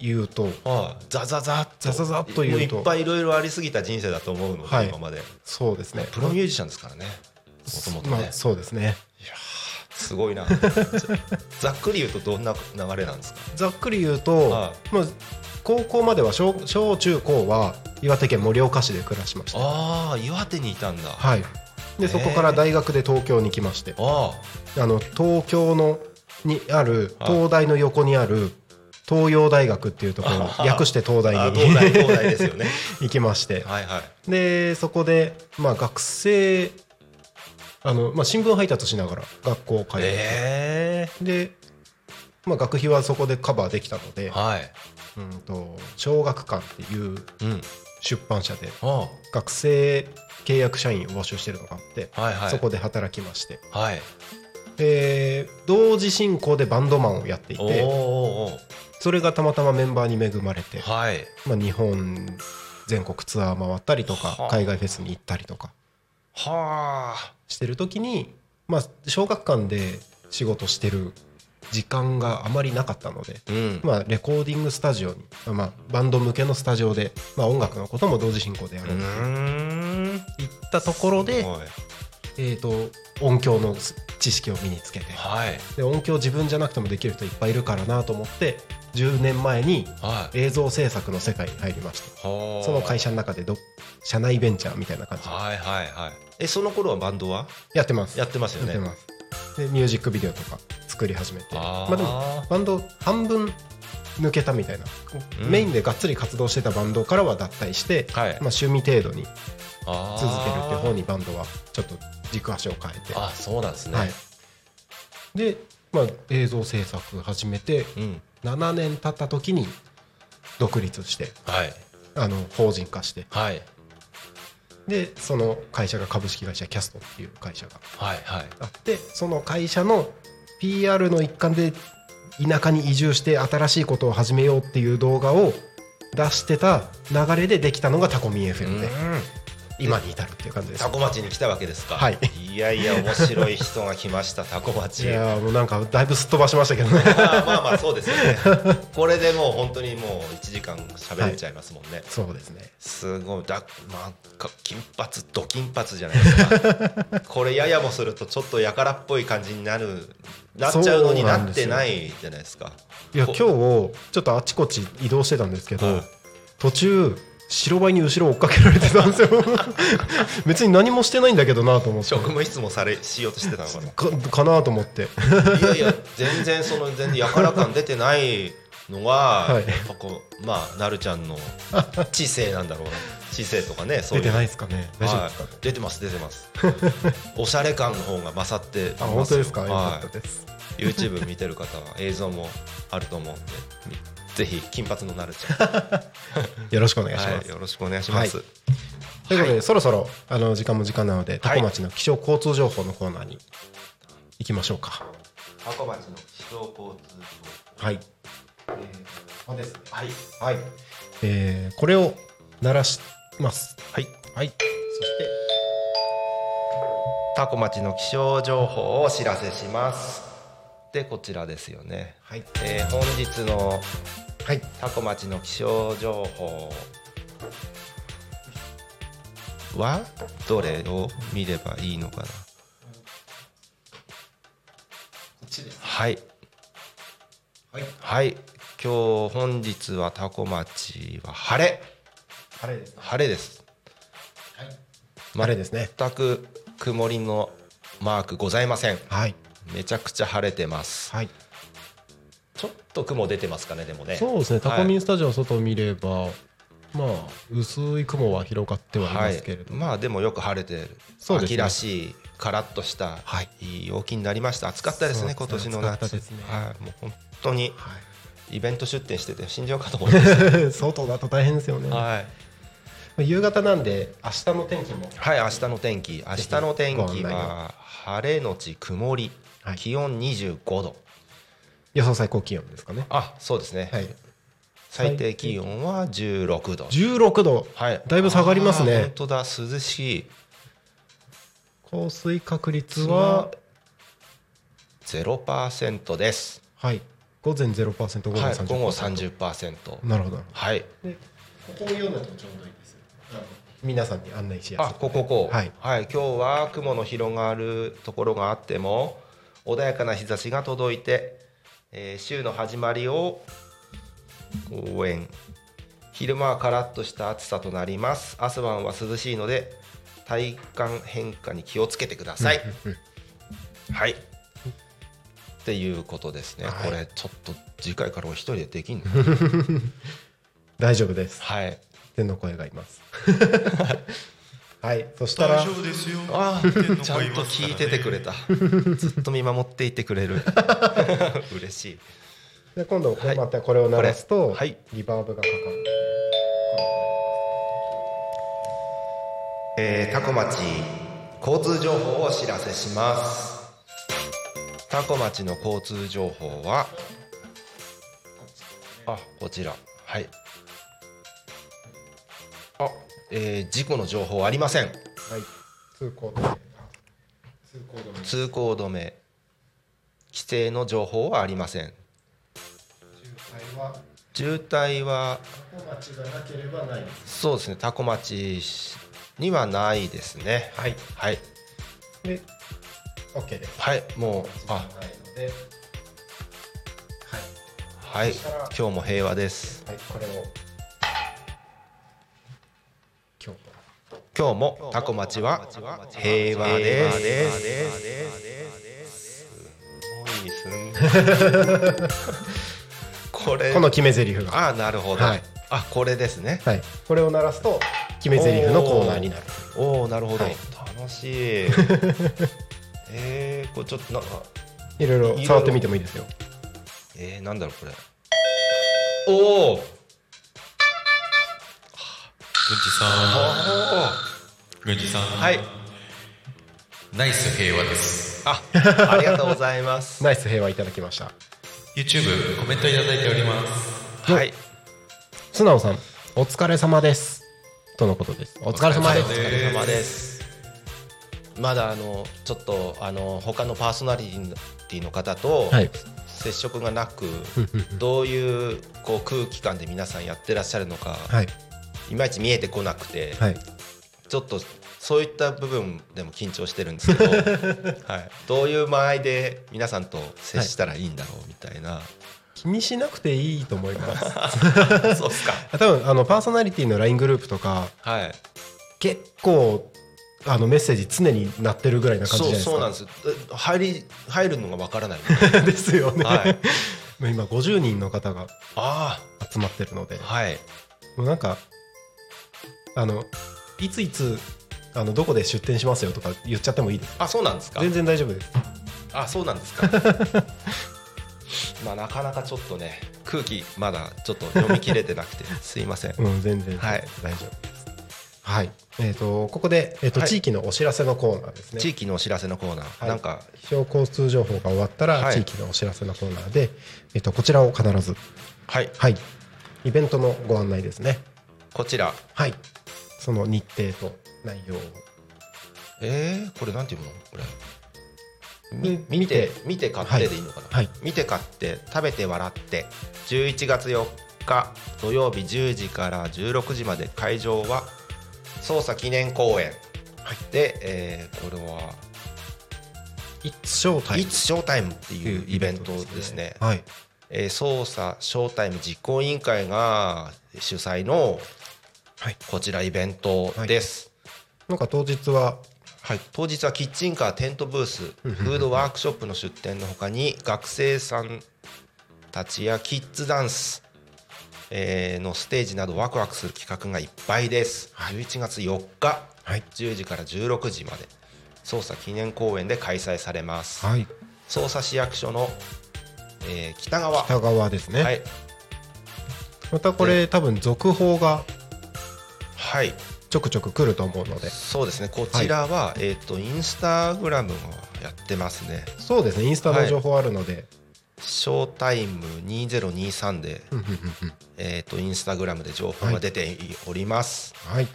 G: 言うと
C: ああザザザッと
G: ザザザッと言うと
C: もいっぱいいろいろありすぎた人生だと思うので、
G: はい
C: 今まで
G: そうですね
C: プロミュージシャンですからねもともとね、
G: まあ、そうですね
C: すごいな ざっくり言うとどんな流れなんですか
G: ざっくり言うと、
C: は
G: まあ、高校までは小小中高は岩手県盛岡市で暮らしました
C: ああ岩手にいたんだ、あ
G: はいでそこから大学で東京に来まして
C: あ
G: あの東京のにある東大の横にある東洋大学っていうところに略して東大
C: あ
G: に
C: 東大東大です よね
G: 行きまして
C: はいはい
G: でそこで、まあ、学生あの、まあ、新聞配達しながら学校通って、
C: え
G: で、まあ、学費はそこでカバーできたの
C: え
G: で
C: はい
G: うんと小学館っていう
C: うん
G: 出版社で
C: あ
G: 学生契約社員を募集してるのがあって、
C: あはいはい
G: そこで働きまして
C: はい
G: で同時進行でバンドマンをやってい
C: おー
G: て
C: おーお
G: それがたまたまメンバーに恵まれて
C: ー、はい
G: まあ、日本全国ツアー回ったりと
C: は
G: か
C: あ
G: 海外フェスに行ったりとか
C: はあ
G: してる時に、まあ、小学館で仕事してる時間があまりなかったので、
C: うん
G: まあ、レコーディングスタジオに、まあ、バンド向けのスタジオで、まあ、音楽のことも同時進行でや
C: う
G: る、
C: ーん
G: 行ったところで、えー、と音響の知識を身につけて
C: はい
G: で音響自分じゃなくてもできる人いっぱいいるからなと思って10年前に
C: はい
G: 映像制作の世界に入りました
C: はあ
G: その会社の中でど社内ベンチャーみたいな感じで
C: はいはいはいえその頃はバンドは
G: やってます
C: やってますよね
G: やってますでミュージックビデオとか作り始めて
C: あー
G: まあでもバンド半分抜けたみたいな、
C: うん
G: メインでがっつり活動してたバンドからは脱退して、
C: はい
G: まあ、趣味程度に
C: あ
G: 続けるっていう方
C: に
G: にバンドはちょっと軸足を変えて、
C: あそうなんですね、
G: はい、で、まあ、映像制作始めて
C: うん
G: 7年経った時に独立して
C: はい
G: あの法人化して
C: はい
G: でその会社が株式会社キャストっていう会社が
C: はいはい
G: あってその会社の PR の一環で田舎に移住して新しいことを始めようっていう動画を出してた流れでできたのがタコミン FM で今に至るっていう感じです
C: タコ町に来たわけですか。
G: はい
C: やいや面白い人が来 ましたタコ
G: い
C: 町。
G: やーもうなんかだいぶすっ飛ばしましたけど ね
C: まあまあまあそうですよね。これでもう本当にもう一時間喋れちゃいますもんね。
G: そうですね
C: すごいだまあか金髪ド金髪じゃないです か。これややもするとちょっとやからっぽい感じになるなっちゃうのに
G: そうな
C: なんっ
G: です
C: て
G: よ
C: ないじゃないですか。
G: いや
C: こ
G: 今日ちょっとあちこち移動してたんですけど、
C: はい
G: 途中白バイに後ろ追っかけられてたんですよ 別に何もしてないんだけどなと思って
C: 職務質問されしようとしてたのかな。
G: かかなと思って
C: いやいや全然その全然やから感出てないのは、
G: はい
C: やっぱこうまあなるちゃんの知性なんだろうな知性とかねそうい
G: 出
C: う
G: てないですかね大丈夫ですか、
C: はい出てます出てます おしゃれ感の方が勝ってます
G: あ
C: よ
G: 本当ですか、よか
C: は
G: ったです
C: い、YouTube 見てる方は映像もあると思うんでぜひ金髪のなるちゃん、
G: よろしくお願いします、
C: はい、よろしくお願いします、
G: はということで、そろそろあの時間も時間なので多古町の気象交通情報のコーナーに行きましょうか
C: タコ町の気象交通情
G: はい、えーですねはい、えーこれを鳴らします
C: はい
G: はいそして
C: タコ町の気象情報をお知らせしますでこちらですよね
G: はい
C: えー本日の
G: はい
C: タコ町の気象情報はどれを見ればいいのかなはい
G: はい
C: はい今日本日はタコ町は晴れ
G: 晴れです
C: 晴れです
G: 晴れですね
C: 全く曇りのマークございません
G: はい
C: めちゃくちゃ晴れてます
G: はい
C: ちょっと雲出てますかねでもね
G: そうですねタコミンスタジオの外を見れば、まあ薄い雲は広がってはいま
C: はい
G: すけれども、
C: まあでもよく晴れてる
G: そうですね
C: 秋らしいカラッとした
G: はい
C: いい陽気になりました暑かったですね
G: そ
C: 今
G: うで
C: 年
G: すね
C: の
G: 暑かっ
C: 夏
G: たですね
C: はいもう本当に
G: は
C: イベント出店してて死んじゃうか と思いました
G: い外だと大変ですよね、
C: はい
G: 夕方なんで明日の天気も
C: はい、明日の天気、明日の天
G: ご
C: 気
G: 案内
C: は晴れのち曇り、
G: はい
C: 気温25度。
G: 予想最高気温ですかね
C: あ、そうですね。
G: はい
C: 最低気温は16度。
G: 16度
C: はい、
G: だいぶ下がりますね
C: あー本当だ、涼しい。
G: 降水確率は
C: ゼロパーセントです。
G: はい午前0%午後
C: はい、
G: 30%、
C: 午後30%パーセント。
G: なるほど
C: はい。
G: ここを読んだとちょうどいいですよあの皆さんに案内しやす
C: あ、
G: い
C: こここう。
G: はい
C: 今日は雲の広がるところがあっても穏やかな日差しが届いて、えー週の始まりを応援。昼間はカラッとした暑さとなります。朝晩は涼しいので体感変化に気をつけてください。はい。っていうことですね。
G: はい
C: これちょっと次回からお一人でできんの。
G: 大丈夫です
C: はい。
G: 天の声がいますはいそしたら
I: 大丈夫ですよ。
C: あ
I: 天の声
C: ちゃんと聞いてて くれた。ずっと見守っていてくれる。嬉しい。
G: で今度これまたこれを鳴らすと、
C: これはい
G: リバーブがかかる
C: えー、タコ町交通情報をお知らせします。タコ町の交通情報は、あ、こちら。はい。あ、えー事故の情報ありません。
G: はい通行止め通行止め
C: 通行止め、規制の情報はありません。
G: 渋滞は
C: 渋滞は
G: 小町がなければないです
C: そうですね、タコ町にはないですね。はい、はい、
G: で OK です
C: はい、もう、
G: あ
C: あ、
G: ないのではい
C: はい、今日も平和です。
G: はい、これを。今日。
C: 今日もタコ町は平和です。すごいすんこれ
G: こ、の決め台詞が。
C: あ、なるほど
G: はい。
C: あ、これですね。
G: はい、これを鳴らすと、決め台詞のコーナーになる。
C: おお、なるほど
G: はい。
C: 楽 しい。えー、これちょっとなんか、
G: いろい
C: いろい
G: ろ
C: ろ
G: 触ってみてもいいですよ。
C: えー、なんだろうこれ。おお。
I: 軍司さん、軍司さん。
C: はい。
I: ナイス平和です。
C: あ、ありがとうござい ます。
G: ナイス平和いただきました。
I: YouTube コメントいただいております。
C: はい。
G: 素直さん、お疲れ様です。とのことです。お疲れ様で
C: お
G: す。
C: 疲れ様です。まだあのちょっとあの他のパーソナリティの方と
G: はい。
C: 接触がなく、どういうこう空気感で皆さんやってらっしゃるのか、
G: はい。
C: い、まいち見えてこなくて、
G: はい。
C: ちょっとそういった部分でも緊張してるんです けど、はい、どういう間合いで皆さんと接したらいいんだろうみたいな、
G: 気にしなくていいと思います。
C: そうっすか、
G: 多分、あのパーソナリティのライングループとか、
C: はい、
G: 結構。あのメッセージ常になってるぐらいな感じ
C: そ
G: じ
C: う
G: ゃないですか。
C: そうなんですえ入り入るのがわからない、
G: ですよね。
C: はい
G: 今50人の方が
C: あ
G: 集まってるので
C: あ、はい
G: もうなんかあのいついつあのどこで出店しますよとか言っちゃってもいいです
C: あそうなんですか
G: 全然大丈夫です
C: あそうなんですか まあなかなかちょっとね空気まだちょっと読み切れてなく てすいません
G: うん全然
C: はい
G: 大丈夫ですはいえー、とここで、えーと
C: はい
G: 地域のお知らせのコーナーですね
C: 地域のお知らせのコーナー、
G: い
C: なんか
G: 気象交通情報が終わったら
C: はい
G: 地域のお知らせのコーナーで、えー、とこちらを必ず
C: はい
G: はいイベントのご案内ですね
C: こちら
G: はいその日程と内容を
C: えー、これなんていうのこれ
G: み
C: 見て見て買ってでいいのかな、
G: はいはい
C: 見て買って食べて笑って11月4日土曜日10時から16時まで会場は捜査記念公園、で、えーこれは
G: 「It's Showtime」
C: 「It's ショータイム」っていうイベントですね、
G: はい
C: えー、捜査ショータイム実行委員会が主催の
G: はい
C: こちらイベントです。
G: なんか当日は
C: はい、当日はキッチンカーテントブースフードワークショップの出店のほかに学生さんたちやキッズダンス、えーのステージなどワクワクする企画がいっぱいです、11月4日、
G: はい
C: 10時から16時まで捜査記念公園で開催されます
G: はい
C: 捜査市役所の、えー北側
G: 北側ですね、
C: はい、
G: またこれ多分続報が
C: はい、
G: ちょくちょく来ると思うので
C: そうですねこちらは、えっ、とインスタグラムをやってますね
G: そうですねインスタの情報あるので、
C: ショータイム2023で、
G: うんうんうんうん
C: えー、とインスタグラムで情報が出ております、
G: はい、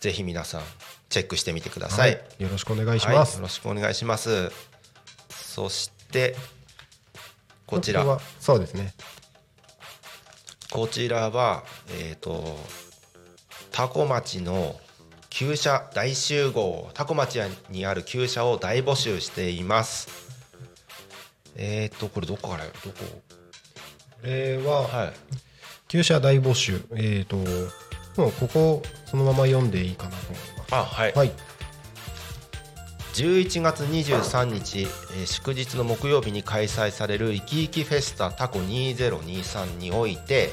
C: ぜひ皆さんチェックしてみてください、
G: はいよろしくお願いします、
C: はいよろしくお願いしますそしてこちら
G: はそうですね
C: こちらはえっ、とタコ町の旧車大集合タコ町にある旧車を大募集していますえっ、とこれどこからどこ
G: これは
C: はい
G: 旧車大募集えっ、ともうここそのまま読んでいいかなと思います
C: あはい
G: はい
C: 11月23日、えー祝日の木曜日に開催されるいきいきフェスタタコ2023において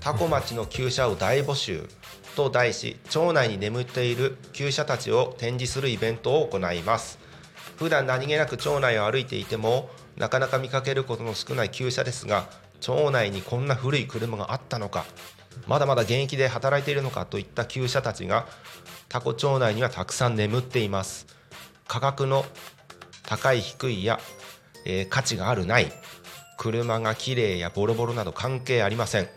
C: タコ町の旧車を大募集と題し町内に眠っている旧車たちを展示するイベントを行います普段何気なく町内を歩いていてもなかなか見かけることの少ない旧車ですが町内にこんな古い車があったのかまだまだ現役で働いているのかといった旧車たちがタコ町内にはたくさん眠っています価格の高い低いや、えー価値があるない車が綺麗やボロボロなど関係ありません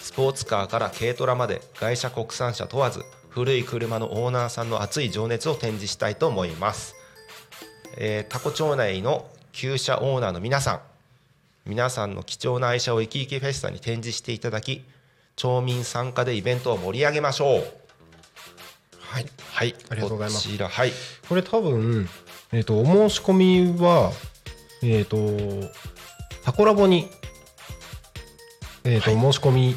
C: スポーツカーから軽トラまで外車国産車問わず古い車のオーナーさんの熱い情熱を展示したいと思います、えー、タコ町内の旧車オーナーの皆さん皆さんの貴重な愛車を生き生きフェスタに展示していただき町民参加でイベントを盛り上げましょう
G: はい
C: はい
G: ありがとうございます
C: こちらはい
G: これ多分えっ、とお申し込みはえっ、とタコラボにえっ、と、申し込み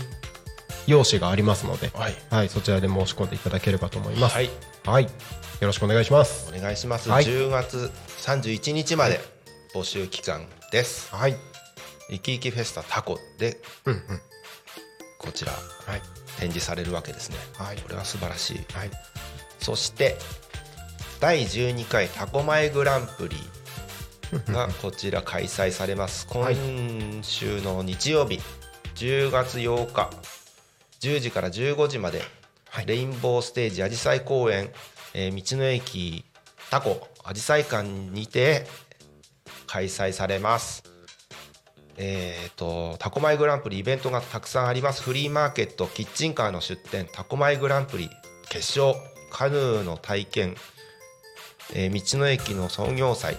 G: 用紙がありますので
C: はい
G: はいそちらで申し込んでいただければと思います
C: はい
G: はい、よろしくお願いします
C: お願いします、
G: はい
C: 10月31日まで募集期間です
G: はい
C: いきいきフェスタタコで
G: うんうん
C: こちら
G: はい
C: 展示されるわけですね
G: はい
C: これは素晴らしい
G: はい
C: そして第12回タコ前グランプリがこちら開催されます
G: はい
C: 今週の日曜日10月8日10時から15時まで、レインボーステージあじさい公園、えー道の駅タコあじさい館にて開催されますえー、とタコマイグランプリイベントがたくさんありますフリーマーケットキッチンカーの出店タコマイグランプリ決勝カヌーの体験、えー道の駅の創業祭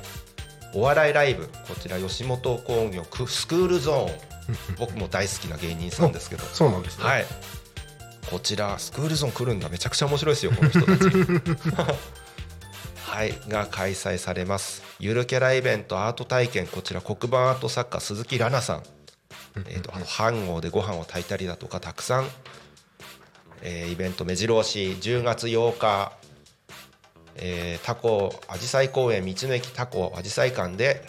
C: お笑いライブこちら吉本興業クスクールゾーン僕も大好きな芸人さんですけど
G: そうなんですね
C: はいこちらスクールゾーン来るんだめちゃくちゃ面白いですよこの人たちはいが開催されますゆるキャライベントアート体験こちら黒板アート作家鈴木らなさんえ ーとあの飯盒でご飯を炊いたりだとかたくさん、えーイベント目白押し10月8日、えー、タコあじさい公園道の駅タコあじさい館で、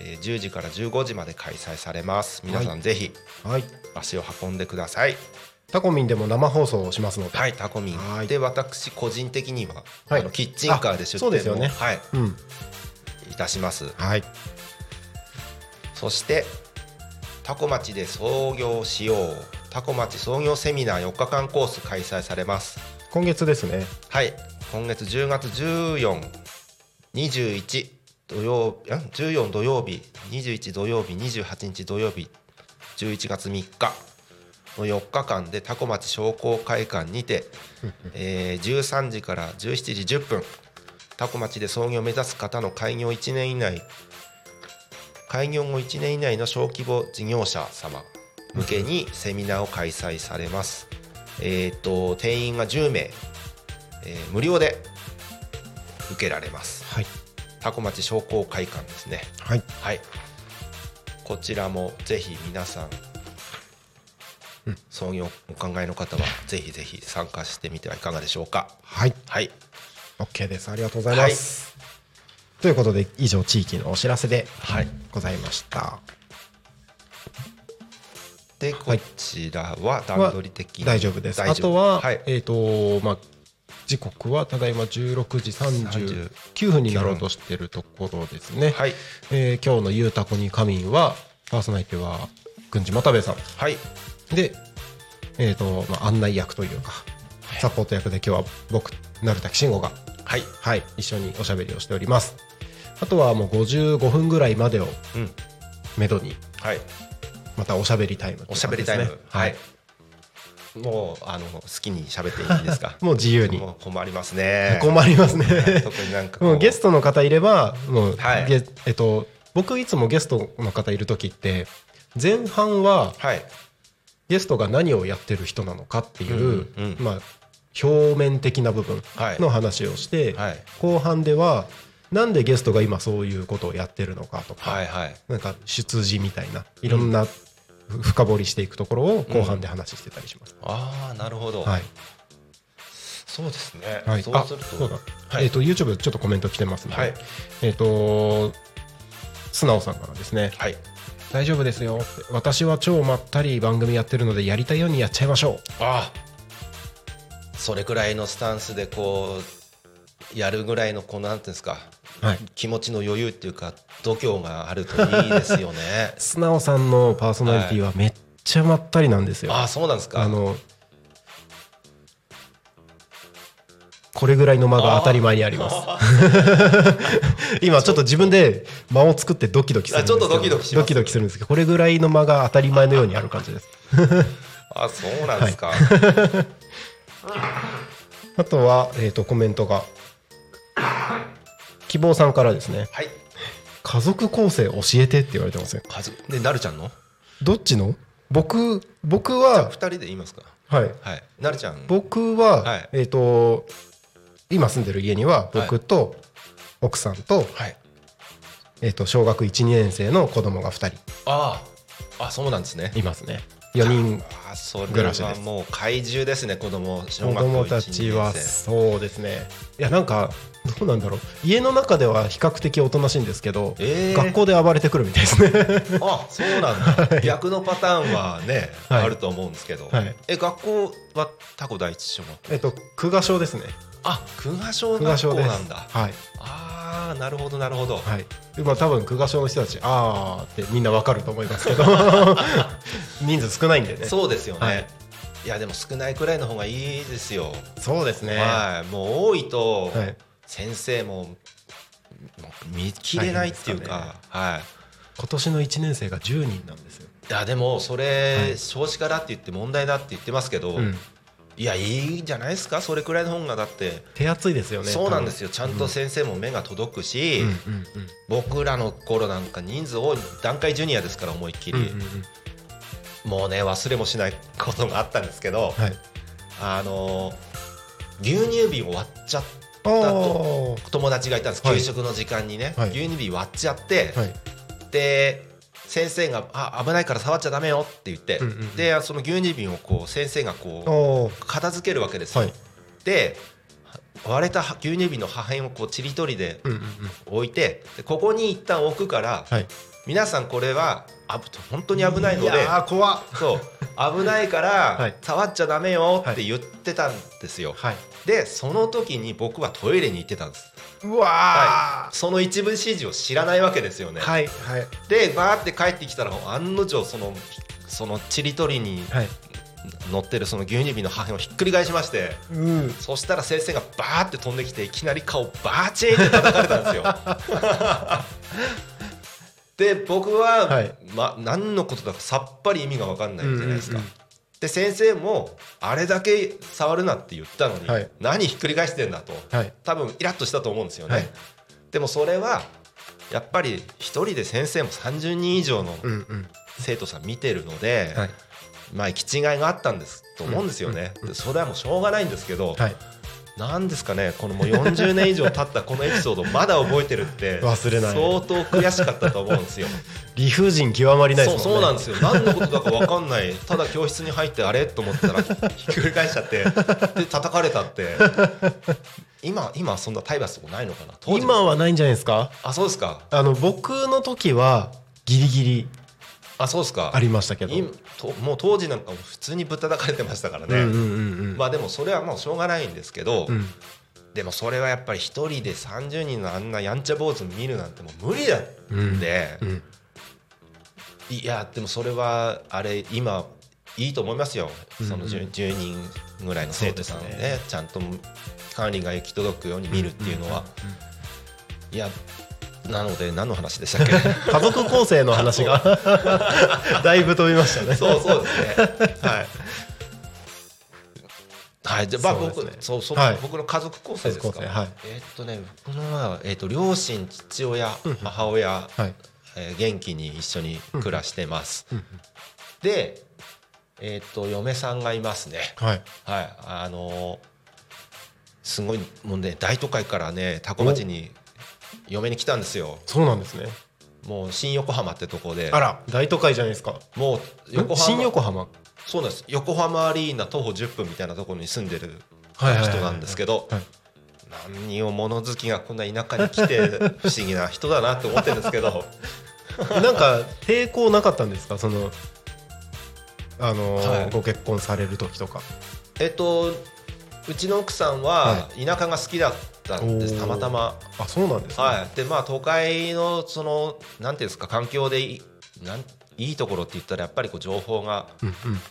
C: えー10時から15時まで開催されます皆さんぜひ
G: はい
C: 足を運んでください
G: タコミンでも生放送をしますので、
C: はい、タコミン、
G: はい
C: で私個人的には、
G: はい
C: あのキッチンカーで出
G: あそうです
C: 店
G: よ
C: も、
G: ね
C: はい、
G: うん
C: いたします
G: はい
C: そしてタコ町で創業しようタコ町創業セミナー4日間コース開催されます
G: 今月ですね
C: はい今月10月1421土曜日14土曜日21土曜日28日土曜日11月3日の4日間でタコ町商工会館にて、えー13時から17時10分タコ町で創業を目指す方の開業1年以内開業後1年以内の小規模事業者様向けにセミナーを開催されます。えー、と定員が10名、えー無料で受けられます。
G: はい
C: タコ町商工会館ですね。
G: はい
C: はい。こちらもぜひ皆さん、創業お考えの方はぜひぜひ参加してみてはいかがでしょうか。
G: はい
C: はい。
G: OK ですありがとうございます、ということで以上地域のお知らせでございました、
C: でこ
G: はい
C: ちらは段取り的に
G: 大丈夫です
C: 大
G: あとは、
C: はい
G: えっ、とまあ時刻はただいま16時39分になろうとしてるところですね、
C: はい
G: えー今日の「ゆうたこに仮眠は」パーソナリティは郡司又兵衛さん
C: はい
G: で、えーとまあ、案内役というかサポート役で今日は僕鳴滝慎吾が、
C: はい
G: はい、一緒におしゃべりをしておりますあとはもう55分ぐらいまでを
C: うん
G: めどに
C: はい
G: またおしゃべりタイムという感じですね、
C: おしゃべりタイム
G: は
C: はいいもうあの好きに喋っていい ですか
G: もう自由に
C: もう困りますね
G: 困りますね
C: 特になんか こ
G: もうゲストの方いればもう、
C: はい
G: ゲえっと、僕いつもゲストの方いる時って前半は
C: はい
G: ゲストが何をやってる人なのかっていう、
C: うんうん
G: まあ、表面的な部分
C: はい
G: の話をして、
C: はい
G: 後半ではなんでゲストが今そういうことをやってるのかとか、
C: はいはい
G: なんか出自みたいないろんな深掘りしていくところを後半で話してたりします。
C: ああなるほど、
G: はい
C: そうですね、
G: はい、
C: そう
G: あ
C: すると
G: そうだ、
C: はい
G: えっ、と YouTube ちょっとコメント来てますので、
C: はい
G: えっ、と素直さんからですね、
C: はい
G: 大丈夫ですよって私は超まったり番組やってるのでやりたいようにやっちゃいましょ
C: ああそれくらいのスタンスでこうやるぐらいのこうなんていうんですか
G: う、はい、
C: 気持ちの余裕っていうか度胸があるといいです よね
G: 素直さんのパーソナリティはめっちゃまったりなんですよ、
C: ああそうなんですか
G: あのこれぐらいの間が当たり前にあります今ちょっと自分で間を作ってドキドキするんですけど
C: あちょっとドキドキします
G: ドキドキするんですけどこれぐらいの間が当たり前のようにある感じです
C: あそうなんですか、
G: あとは、えー、とコメントが希望さんからですね
C: はい
G: 家族構成教えてって言われてますよ
C: かずでなるちゃんの
G: どっちの僕僕は
C: 二人で言いますか
G: はい
C: はいなるちゃん
G: 僕は、
C: はい
G: えっ、と今住んでる家には
C: はい
G: 僕と奥さんと,、
C: はい
G: えっと小学12年生の子供が2人
C: あああそうなんですね
G: いますね4人
C: ああそ
G: 暮
C: れ
G: らしで
C: は
G: す
C: もう怪獣ですね子供小
G: 子
C: 学校
G: 供たちは
C: 1年生
G: そうですねいやなんかどうなんだろう家の中では比較的おとなしいんですけど、
C: えー
G: 学校で暴れてくるみたいですね
C: あそうなんだ逆のパターンはね、
G: はい
C: あると思うんですけど、
G: はい
C: え学校はタコ第一小学校
G: えっと久我小ですね
C: あ久我小
G: 久我
C: 学
G: 小
C: 校
G: です
C: なんだ
G: はい
C: あーなるほどなるほど、
G: はい、でまあ多分久我小の人たちあーってみんなわかると思いますけ ど人数少ないんでねそう
C: そうですよね、
G: はい
C: い、やでも少ないくらいの方がいいですよ、
G: ですね
C: はいもう多いと、
G: はい
C: 先生ももう見切れないっていう
G: 大変
C: か
G: で
C: はい
G: 今年の1年生が10人なんですよ、
C: いやでもそ
G: は
C: れ
G: い
C: 少子化だって言って問題だって言ってますけど、
G: うん
C: いやいいんじゃないですかそれくらいの方がだって
G: 手厚いですよね
C: そうなんです
G: よ、
C: よちゃんと先生も目が届くし、
G: うんうんうん
C: 僕らの頃なんか人数多い段階ジュニアですから思いっきり、
G: うんうんうん
C: もうね忘れもしないことがあったんですけ
G: は
C: ど、
G: い
C: あの牛乳瓶を割っちゃっ
G: おー
C: た友達がいたんです、
G: はい
C: 給食の時間にね、
G: はい
C: 牛乳瓶割っちゃって、
G: はい
C: で先生が「あ危ないから触っちゃダメよ」って言って、
G: うんうんうん
C: でその牛乳瓶をこう先生がこ
G: おー
C: う片付けるわけですよ、
G: はい
C: で割れた牛乳瓶の破片をこうちりとりで
G: うんうんうん
C: 置いてでここに一旦置くから、
G: はい
C: 皆さんこれはあ本当に危ないので
G: やー怖っ
C: そう危ないか
G: は
C: ら
G: い
C: 触っちゃダメよって言ってたんですよ、
G: はい
C: でその時に僕はトイレに行ってたんです
G: うわ
C: その一部指示を知らないわけですよね、
G: ーはいはいはい
C: でバーって帰ってきたら案の定そのそのちりとりに
G: はい
C: 乗ってるその牛乳瓶の破片をひっくり返しまして
G: うん
C: そしたら先生がバーって飛んできていきなり顔バチーって叩かれたん ですよ。で僕は、
G: はい
C: ま、何のことだかさっぱり意味が分かんないじゃないですか。
G: うんうん
C: で先生もあれだけ触るなって言ったのに、
G: はい
C: 何ひっくり返してんだと
G: はい
C: 多分イラッとしたと思うんですよね。
G: はい
C: でもそれはやっぱり一人で先生も30人以上の
G: うんうん
C: 生徒さん見てるので、
G: はい
C: まあ行き違いがあったんですと思うんですよね。
G: うんうんうん
C: でそれはもうしょうがないんですけど、
G: はい
C: なんですかねこのもう40年以上経ったこのエピソードまだ覚えてるって
G: 忘れない
C: 相当悔しかったと思うんですよ
G: 理不尽極まりない
C: そ
G: で
C: う
G: す
C: そ
G: も
C: うん
G: ね
C: なんですよ何のことだか分かんないただ教室に入ってあれと思ったらひっくり返しちゃってで叩かれたって今今そんな体罰とかないのかな当時
G: 今はないんじゃないですか
C: あそうですか
G: あの僕の時はギリギリ
C: あそうですか
G: ありましたけど
C: 今ともう当時なんかも普通にぶったたかれてましたから
G: うんうん
C: ね、
G: うんうん
C: まあでもそれはもうしょうがないんですけど、
G: うん
C: でもそれはやっぱり一人で30人のあんなやんちゃ坊主見るなんてもう無理だんで、
G: うん
C: いやでもそれはあれ今いいと思いますよ、
G: うん
C: その 10, 10人ぐらいの生徒さんをね
G: そうで
C: ちゃんと管理が行き届くように見るっていうのは、いやなので何の話でしたっけ
G: 家族構成の話 がだいぶ飛びましたね
C: そうそうですねはいはいじゃあまあ
G: そうです
C: 僕
G: ね
C: そうそう、
G: はい
C: 僕の家族構成ですか
G: 家族構成はい
C: えーっとね僕のは、えーっと両親父親母親、
G: はい
C: えー元気に一緒に暮らしてます、
G: うんうん
C: でえーっと嫁さんがいますね
G: はい
C: はいあのーすごいもうね大都会からねタコ町に嫁に来たんですよ
G: そうなんですね
C: もう新横浜ってとこで
G: あら大都会じゃないですか
C: もう横浜
G: 新横浜
C: そうなんです横浜アリーナ徒歩10分みたいなところに住んでる
G: はいはいはい
C: 人なんですけど
G: はい
C: 何を物好きがこんな田舎に来て 不思議な人だなって思ってるんですけど
G: なんか抵抗なかったんですかそのあのー
C: はい
G: ご結婚される時とか
C: えっとうちの奥さんは田舎が好きだったんです、
G: おー
C: たまたま。
G: あそうなんですね、
C: はい、でまあ都会のそのなんていうんですか環境でいいなんいいところって言ったらやっぱりこう情報が
G: うんうん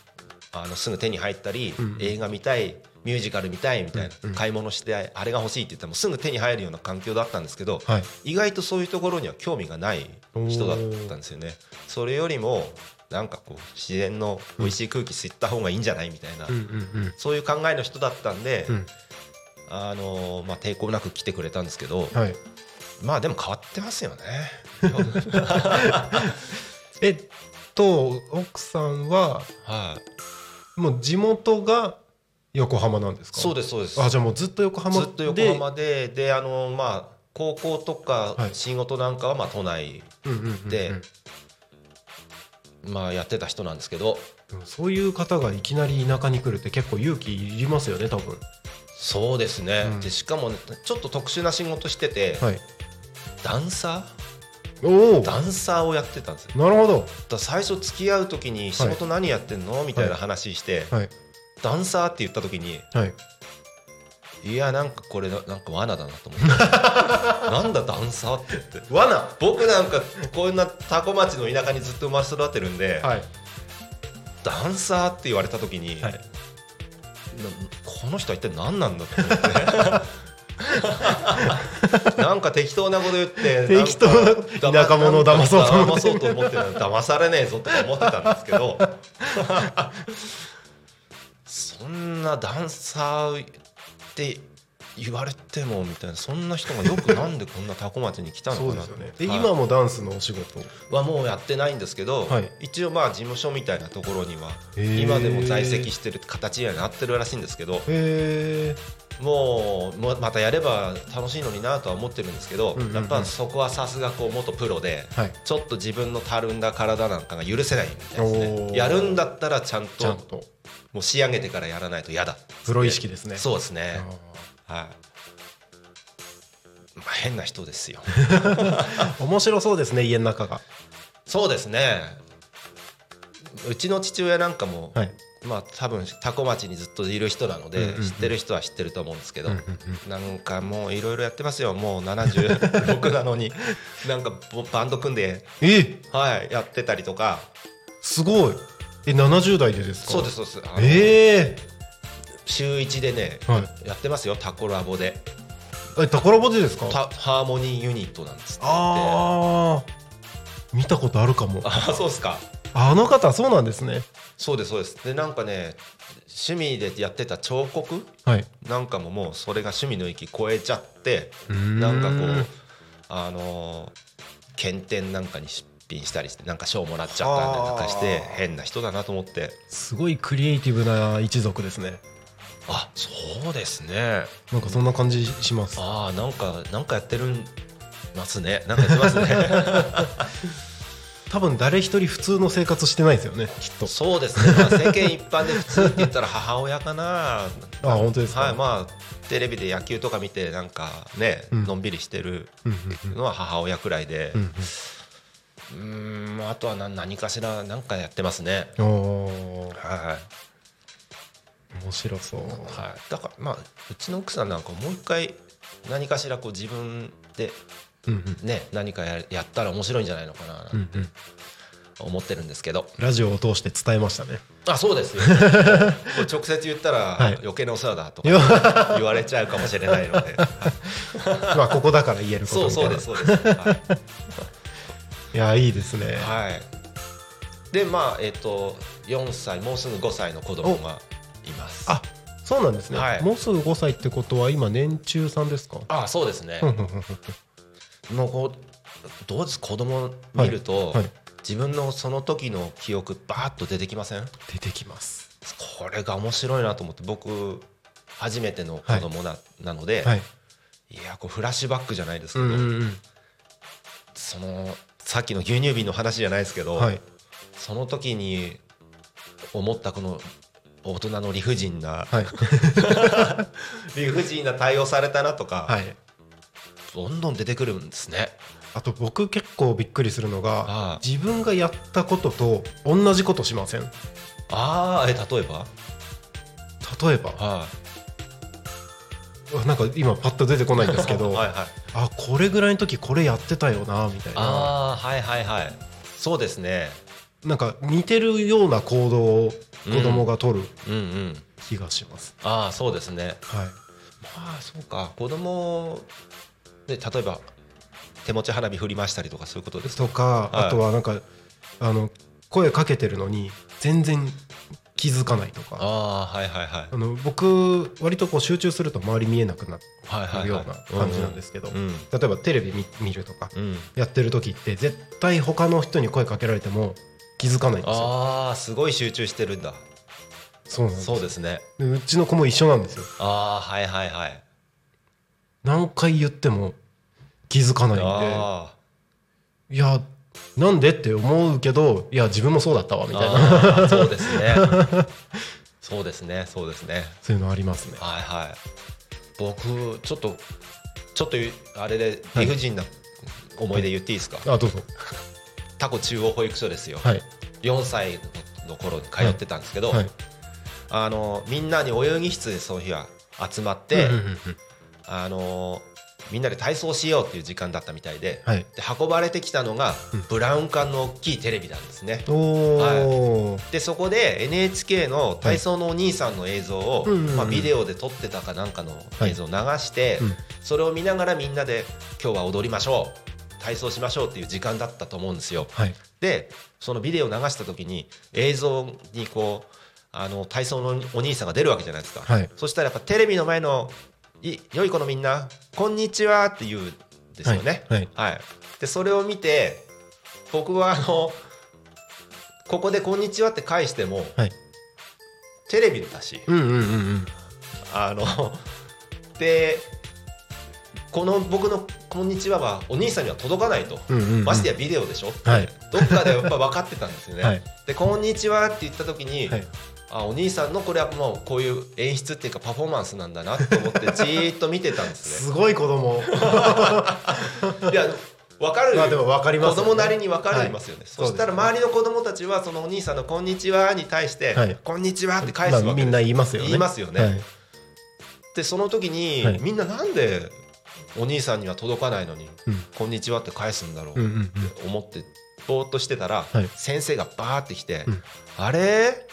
C: あのすぐ手に入ったり、
G: うん
C: 映画見たいミュージカル見たいみたいな、
G: うんうん
C: 買い物してあれが欲しいって言ってもすぐ手に入るような環境だったんですけど、
G: はい
C: 意外とそういうところには興味がない人だったんですよね。それよりもなんかこう自然の美味しい空気吸った方がいいんじゃないみたいな、
G: うんうんうん
C: そういう考えの人だったんで、
G: うん
C: あのまあ、抵抗なく来てくれたんですけど、
G: はい、
C: まあでも変わってま すよね。
G: えっと奥さんは
C: はい、
G: もう地元が横浜なんですか
C: そうですそうです。
G: あじゃあもうずっと横浜
C: ず
G: で
C: っと横浜でであのまあ高校と
G: は
C: か
G: い
C: 仕事なんかはまあ都内
G: うんうんうんうん
C: でまあやってた人なんですけど
G: でもそういう方がいきなり田舎に来るって結構勇気いりますよね多分
C: そうですね、
G: うん
C: でしかもねちょっと特殊な仕事してて、
G: はい
C: ダンサ
G: おお
C: ーダンサーをやってたんですよだ
G: なるほど
C: から最初付き合う時に仕事何やってんのみたいな話して、
G: はい
C: ダンサーって言った時に
G: はい
C: いやなんかこれななんか罠だなと思っ てなんだダンサーって言って
G: 罠
C: 僕なんかこんなタコ町の田舎にずっと生まれ育ってるんで、
G: はい
C: ダンサーって言われた時に、
G: はい
C: なこの人は一体何なんだって思っ てなんか適当なこと言って
G: 適当な
C: な
G: 田舎者を騙そうと思って
C: 騙そうと思ってたのに騙されねえぞとか思ってたんですけどそんなダンサーって言われてもみたいなそんな人がよくなんでこんなタコ町に来たのか
G: そ
C: な
G: うですよね
C: って
G: で
C: はい
G: 今もダンスのお仕事
C: はもうやってないんですけど、
G: はい
C: 一応まあ事務所みたいなところには
G: へー
C: 今でも在籍してる形にはなってるらしいんですけど
G: へえ
C: もうもうまたやれば楽しいのになとは思ってるんですけど、
G: うんうんうん
C: やっぱそこはさすがこう元プロで、
G: はい
C: ちょっと自分のたるんだ体なんかが許せないみたいです
G: お
C: ね
G: ー
C: やるんだったらちゃん
G: ちゃん
C: と
G: と
C: もう仕上げてからやらないと嫌だ
G: プロ意識ですね
C: そうですね
G: あ
C: はい、まあ、変な人ですよ
G: ー面白そうですね家の中が
C: そうですねうちの父親なんかも、
G: はい
C: まあ多分多古町にずっといる人なので、
G: うんうんうん
C: 知ってる人は知ってると思うんですけど、
G: うんうんうん
C: なんかもういろいろやってますよもう76なのに なんかボバンド組んで、
G: え
C: はい、やってたりとか
G: すごいえ70代でですか
C: そうですそうですあの
G: え
C: 週1でね、
G: は
C: やってますよタコラボで
G: ええ宝ボディですか
C: タハーモニーユニットなんですって言って
G: ああ見たことあるかも
C: あそうですか
G: あの方そうなんですね
C: そうですそうですでなんかね趣味でやってた彫刻
G: はい
C: なんかももうそれが趣味の域超えちゃって
G: な
C: なんかこうあのー検定なんかに出品したりしてなんか賞もらっちゃったりなんかして
G: はあ
C: 変な人だなと思って
G: すごいクリエイティブな一族ですね
C: あそうですね
G: なんかそんな感じします
C: あーなんかなんかやってるんますねなんかやってますね
G: 多分誰一人普通の生活してないですよねきっ と
C: そうですね、まあ、世間一般で普通って言ったら母親かな
G: あ本当ですか
C: はいまあテレビで野球とか見てなんかね、
G: うん
C: のんびりしてる
G: うんうん
C: のは母親くらいで
G: うんうん
C: うーんあとは何何かしら何かやってますね
G: おー
C: は
G: 面白そう
C: い、はい、だからまあうちの奥さんなんかもう一回何かしらこう自分で
G: うんうん
C: ね何かややったら面白いんじゃないのかな
G: うんうん
C: 思ってるんですけど、
G: ラジオを通して伝えましたね
C: あそ うですよこれ直接言ったら
G: はい
C: 余計なお世話だと
G: いや
C: か言われちゃうかもしれない ので
G: まあここだから言えるこ
C: そ
G: と
C: う
G: みたい
C: そう
G: な
C: ですそうですはい
G: いやいいですね
C: はい。でまあえっ、と4歳もうすぐ5歳の子供がいます。
G: あそうなんですね、
C: はい
G: もうすぐ5歳ってことは今年中さんですか
C: あそうですね
G: うん。うんうん
C: のこうどうです子供見ると、
G: はい
C: 自分のその時の記憶バーッと出てきません？
G: 出てきます
C: これが面白いなと思って僕初めての子供な,、なので、、
G: はいい
C: やこうフラッシュバックじゃないですけど、
G: うん
C: そのさっきの牛乳瓶の話じゃないですけど、
G: はい
C: その時に思ったこの大人の理不尽な、
G: はい
C: 理不尽な対応されたなとか、
G: はい
C: どんどん出てくるんですね。
G: あと僕結構びっくりするのが
C: あ
G: 自分がやったことと同じことしません
C: ああえ例えば、
G: 例えば
C: は
G: うわなんか今パッと出てこないんですけ
C: い
G: ど、
C: はいはい、
G: あこれぐらいの時これやってたよなみたいな
C: ああはいはいはいそうですね。
G: なんか似てるような行動を子供が取る
C: うんうん
G: 気がします、
C: ああそうですね。
G: はい
C: まあそうか子供で例えば手持ち花火振りましたりとかそういうことですか。
G: とか、
C: はい
G: あとはなんかあの声かけてるのに全然気づかないとか
C: ああはいはいはい
G: あの僕割とこう集中すると周り見えなくなる
C: はいはいはい
G: ような感じなんですけど、
C: うん
G: 例えばテレビ見見るとか
C: うん、うん
G: やってる時って絶対他の人に声かけられても気づかないんですよ
C: ああすごい集中してるんだ。
G: そうなんです
C: そうですね。
G: でうちの子も一緒なんですよ
C: ああはいはいはい。
G: 何回言っても気づかないん
C: あ
G: でいやなんでって思うけどいや自分もそうだったわみたいな
C: あーそうですねそうですねそうですね
G: そういうのありますね
C: はいはい僕ちょっとちょっとあれで
G: はい
C: 理不尽な思い出言っていいですか、
G: あどうぞ
C: タコ中央保育所ですよ、
G: はい
C: 4歳の頃に通ってたんですけど、
G: はい
C: あのみんなに泳ぎ室でその日は集まって、
G: うんうんうんうん
C: あのみんなで体操しようっていう時間だったみたいで,、
G: はい
C: で運ばれてきたのが
G: うん
C: ブラウン管の大きいテレビなんですね、
G: おお、
C: でそこで NHK の体操のお兄さんの映像を、
G: はいうんうんうん
C: まあ、ビデオで撮ってたかなんかの映像を流して、
G: うん
C: それを見ながらみんなで今日は踊りましょう体操しましょうっていう時間だったと思うんですよ。
G: はい
C: でそのビデオを流した時に映像にこうあの体操のお兄さんが出るわけじゃないですか、
G: はい
C: そしたらやっぱテレビの前のい良い子のみんな「こんにちは」って言うんですよね。
G: はい
C: はい、でそれを見て僕はあのここで「こんにちは」って返しても、
G: はい
C: テレビだし
G: うんうんうんうん
C: あの でこの僕の「こんにちは」はお兄さんには届かないと、
G: うんうんうん
C: ましてやビデオでしょ、
G: はい
C: どっかでやっぱ分かってたんですよね。
G: はい
C: で「こんにちは」って言った時に、
G: はい
C: あお兄さんのこれはもうこういう演出っていうかパフォーマンスなんだなと思ってじーっと見てたんですね
G: す。ごい子 供
C: いや分かる
G: まあでも分かりま
C: 子
G: すよね
C: 供なりに分かりますよね、そしたら
G: そうです
C: 周りの子供たちはそのお兄さんの「こんにちは」に対して
G: はい
C: 「こんにちは」って返す
G: ま
C: わ
G: あ
C: けで
G: み
C: す、
G: んな言いますよね
C: 言いますよね
G: はい
C: でその時に、
G: はい
C: みんななんでお兄さんには届かないのに
G: うん
C: 「こんにちは」って返すんだろう
G: うんう
C: っ
G: んうん
C: て思ってぼーっとしてたら、
G: はい
C: 先生がバーって来て「
G: うん
C: あれ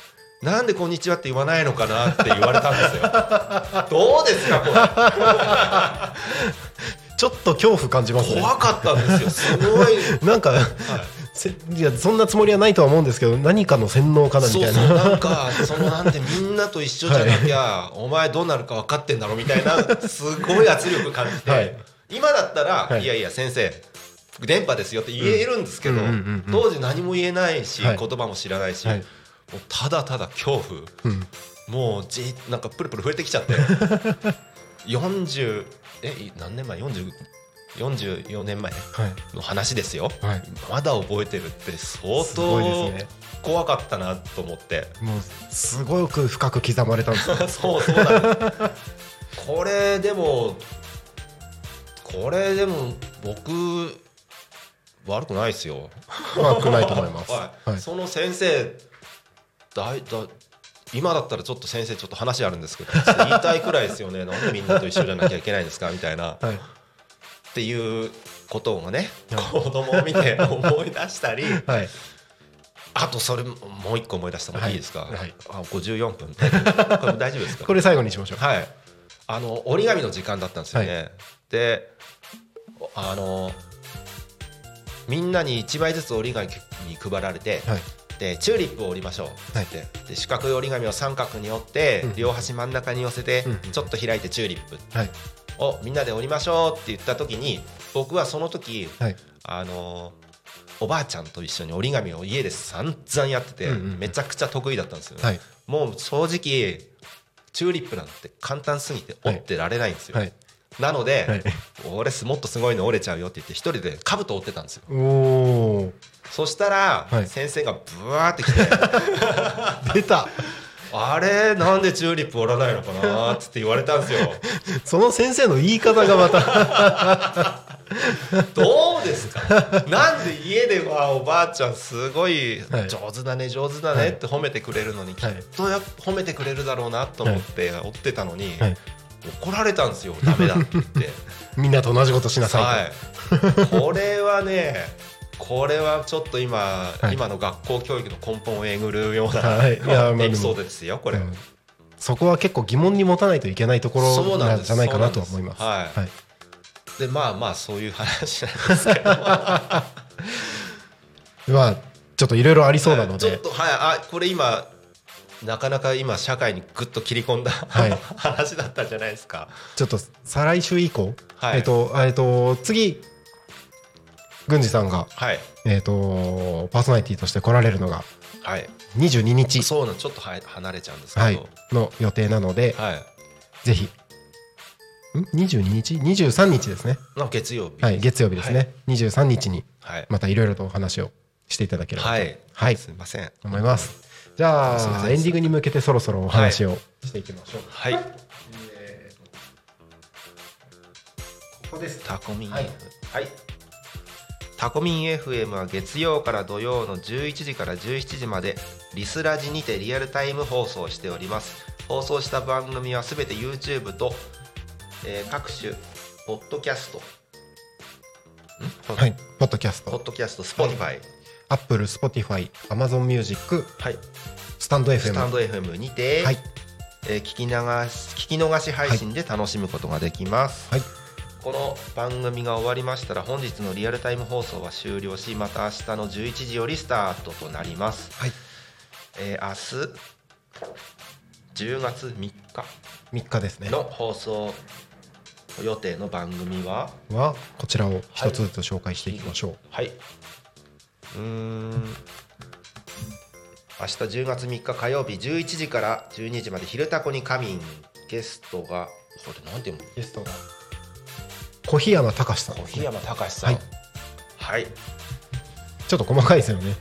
C: なんでこんにちはって言わないのかな?」って言われたんですよどうですかこれ
G: ちょっと恐怖感じますね
C: 怖かったんですよすごい、はい
G: なんかせいやそんなつもりはないとは思うんですけど何かの洗脳かなみたい
C: そ
G: な
C: うそうなんかそのなんてみんなと一緒じゃなきゃ、お前どうなるか分かってんだろみたいなすごい圧力感じて、
G: はい
C: 今だったら、
G: はい
C: い、やいや先生電波ですよって言えるんですけど、
G: うんうんうんうん
C: 当時何も言えないし、
G: はい
C: 言葉も知らないし、
G: はい
C: もうただただ恐怖
G: うん
C: もうじなんかプルプル増えてきちゃって40えい何年前40 44年前
G: はい
C: の話ですよ
G: はい
C: まだ覚えてるって相
G: すごい
C: 当
G: ですね
C: 怖かったなと思って。
G: もうすごく深く刻まれたんですよ
C: そうそうだねこれでもこれでも僕悪くないですよ
G: 悪くないと思います。
C: はい
G: はい
C: その先生だいだ今だったらちょっと先生ちょっと話あるんですけどちょっと言いたいくらいですよ ねなんでみんなと一緒じゃなきゃいけないんですかみたいなっ
G: はい
C: ていうことをね子供を見て思い出したり
G: はい
C: あとそれもう一個思い出したの
G: はい
C: いいですか、
G: はい
C: あ54分 大丈夫これ大丈夫ですか
G: これ最後にしましょう。
C: はい、あの折り紙の時間だったんですよね。であのみんなに1枚ずつ折り紙に配られて、
G: はい
C: でチューリップを折りましょう
G: はい
C: って、で四角い折り紙を三角に折って、
G: うん
C: 両端真ん中に寄せて、
G: うん
C: ちょっと開いてチューリップ
G: はい
C: をみんなで折りましょうって言った時に僕はその時
G: はい
C: あのおばあちゃんと一緒に折り紙を家で散々やってて、
G: うんうんうん
C: めちゃくちゃ得意だったんですよ、ね
G: はい
C: もう正直チューリップなんて簡単すぎて折ってられないんですよ、
G: はい
C: なので、
G: はい。
C: 俺すもっとすごいの折れちゃうよって言って一人で兜折ってたんですよ
G: おおー
C: そしたら、
G: はい
C: 先生がブワーって来て
G: 出た。
C: あれなんでチューリップ折らないのかなっつって言われたんですよ
G: その先生の言い方がまた
C: どうですかなんで家ではおばあちゃんすごい
G: はい
C: 上手だね上手だ
G: はい
C: ねって褒めてくれるのにきっ
G: はい
C: とやっぱ褒めてくれるだろうなと思って折ってたのに、
G: はい
C: 怒られたんですよダメだって言って。
G: みんなと同じこと しなさいと。
C: はい、これはねこれはちょっと今、
G: はい
C: 今の学校教育の根本をえぐるような、
G: はいいやまあでも
C: エピソードですよこれ、
G: うんそこは結構疑問に持たないといけないとこ
C: そ
G: ろ
C: うな
G: なんん
C: です
G: じゃないかなとは思います。
C: そうなんです
G: はい。
C: でまあまあそういう話なんです けど
G: まあちょっといろいろありそうなの
C: ちょっ
G: で、
C: とはいあこれ今なかなか今社会にぐっと切り込んだ、
G: はい
C: 話だったじゃないですか
G: ちょっと再来週以降、
C: はい
G: えっとえっと次郡司さんが
C: はい
G: えっとパーソナリティとして来られるのが
C: はい
G: 22日
C: そうなんちょっとはい離れちゃうんですけど
G: は
C: はいい、
G: の予定なので、ぜひ。ん22日23日ですね、
C: の月曜日
G: はい、月曜日ですね、23日に
C: はい、
G: またいろいろとお話をしていただければと、
C: はい
G: はい
C: すいません
G: 思いますじ
C: すいま
G: ゃ
C: せ
G: あ
C: ん
G: エンディングに向けてそろそろお話をしていきましょう、
C: はい
G: ここです
C: タコミン FM
G: はい
C: タコミン FM は月曜から土曜の11時から17時までリスラジにてリアルタイム放送しております放送した番組はすべて YouTube と、えー各種ポッドキャストん
G: はいポッドキャス
C: ポッ
G: ト
C: ドキャスト Spotify
G: アップルスポティファイアマゾンミュージック
C: はい
G: スタンド FM
C: スタンド FM にて、
G: はい
C: えー聞き流し聞き逃し配信で楽しむことができます、
G: はい
C: この番組が終わりましたら本日のリアルタイム放送は終了しまた明日の11時よりスタートとなります、
G: はい
C: えー明日10月3
G: 3日ですね
C: 日の放送予定の番組は
G: はこちらを一つずつ紹介していきましょう、
C: はいうーん明日10月3日火曜日11時から12時まで「昼タコに仮眠」ゲストがこれなんて読む
G: ゲストが小檜山隆さんです
C: 檜
G: ね
C: 山隆さん
G: はい
C: はい
G: ちょっと細かいですよね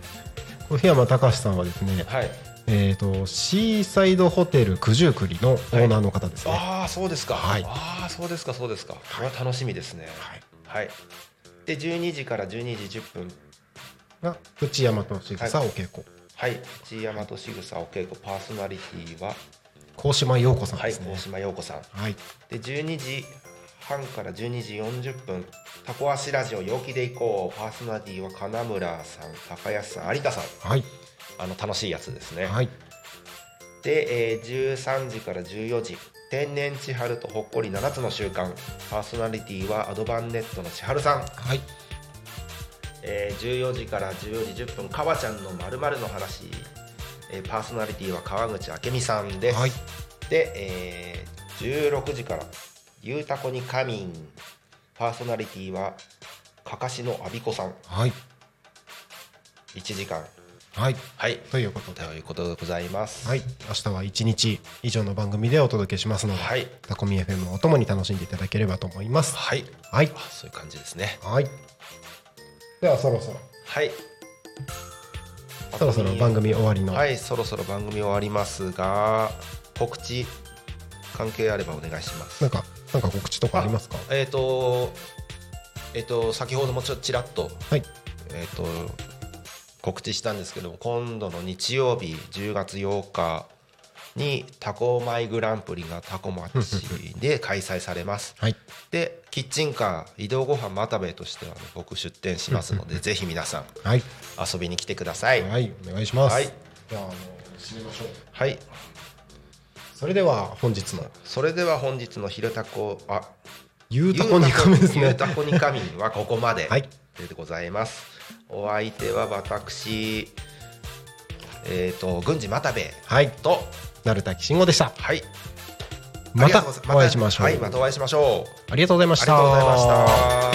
G: 小檜山隆さんはですね、
C: はい
G: えー、とシーサイドホテル九十九里のオーナーの方ですね、
C: ああそうですか、
G: はい
C: ああそうですかそうですか、これは楽しみですねはい、で12時から12時10分
G: が内山としぐさお稽古
C: はい内山としぐさお稽古パーソナリティは
G: 高島陽子さん
C: は
G: で
C: い
G: すね
C: 大島陽子さん
G: はい、
C: で12時半から12時40分タコ足ラジオ陽気で行こうパーソナリティは金村さん高安さん有田さん
G: はい
C: あの楽しいやつですね、
G: はい
C: で、えー13時から14時天然千春とほっこり7つの習慣パーソナリティはアドバンネットの千春さん、
G: はい
C: えー14時から14時10分かわちゃんのまるの話、えーパーソナリティは川口明美さんです、
G: はい
C: で、えー16時から「ゆうたこに仮眠」パーソナリティはかかしのあびこさん
G: はい
C: 1時間
G: はい
C: はい
G: ということ
C: と
G: で、
C: いうことでございます
G: はい、明日は一日以上の番組でお届けしますので、
C: はい
G: タコミ FM をお供に楽しんでいただければと思います。
C: はい
G: はい、
C: あそういう感じですね
G: はい。ではそろそろ、
C: はい
G: そろそろ番組終わりの、
C: はいそろそろ番組終わりますが告知関係あればお願いします
G: なんかなんか告知とかありますか
C: えっ、とえっ、と先ほどもちょっとちらっと
G: はい
C: えっ、と告知したんですけども今度の日曜日10月8日にタコマイグランプリがタコ町 で開催されます
G: はい
C: でキッチンカー移動ご飯又兵衛としては、ね、僕出店します のでぜひ皆さん
G: はい
C: 遊びに来てください。
G: はいお願いします、
C: はい
G: じゃああの締めましょう
C: はい、
G: それでは本日の
C: それでは本日の「ひるたこ」あ
G: 「ゆうたこにかめ」です
C: ゆう
G: ね
C: たこに神はここまで
G: はい
C: でございます。お相手は私、えっ、と郡司又兵衛
G: はい
C: と、
G: なるたきしんごでした
C: はい、
G: また
C: ありがとうござ
G: お会いしましょう、
C: はい、またお会いしましょう。
G: ありがとうございま
C: ありがとうございました。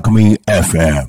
J: Talk Me FM.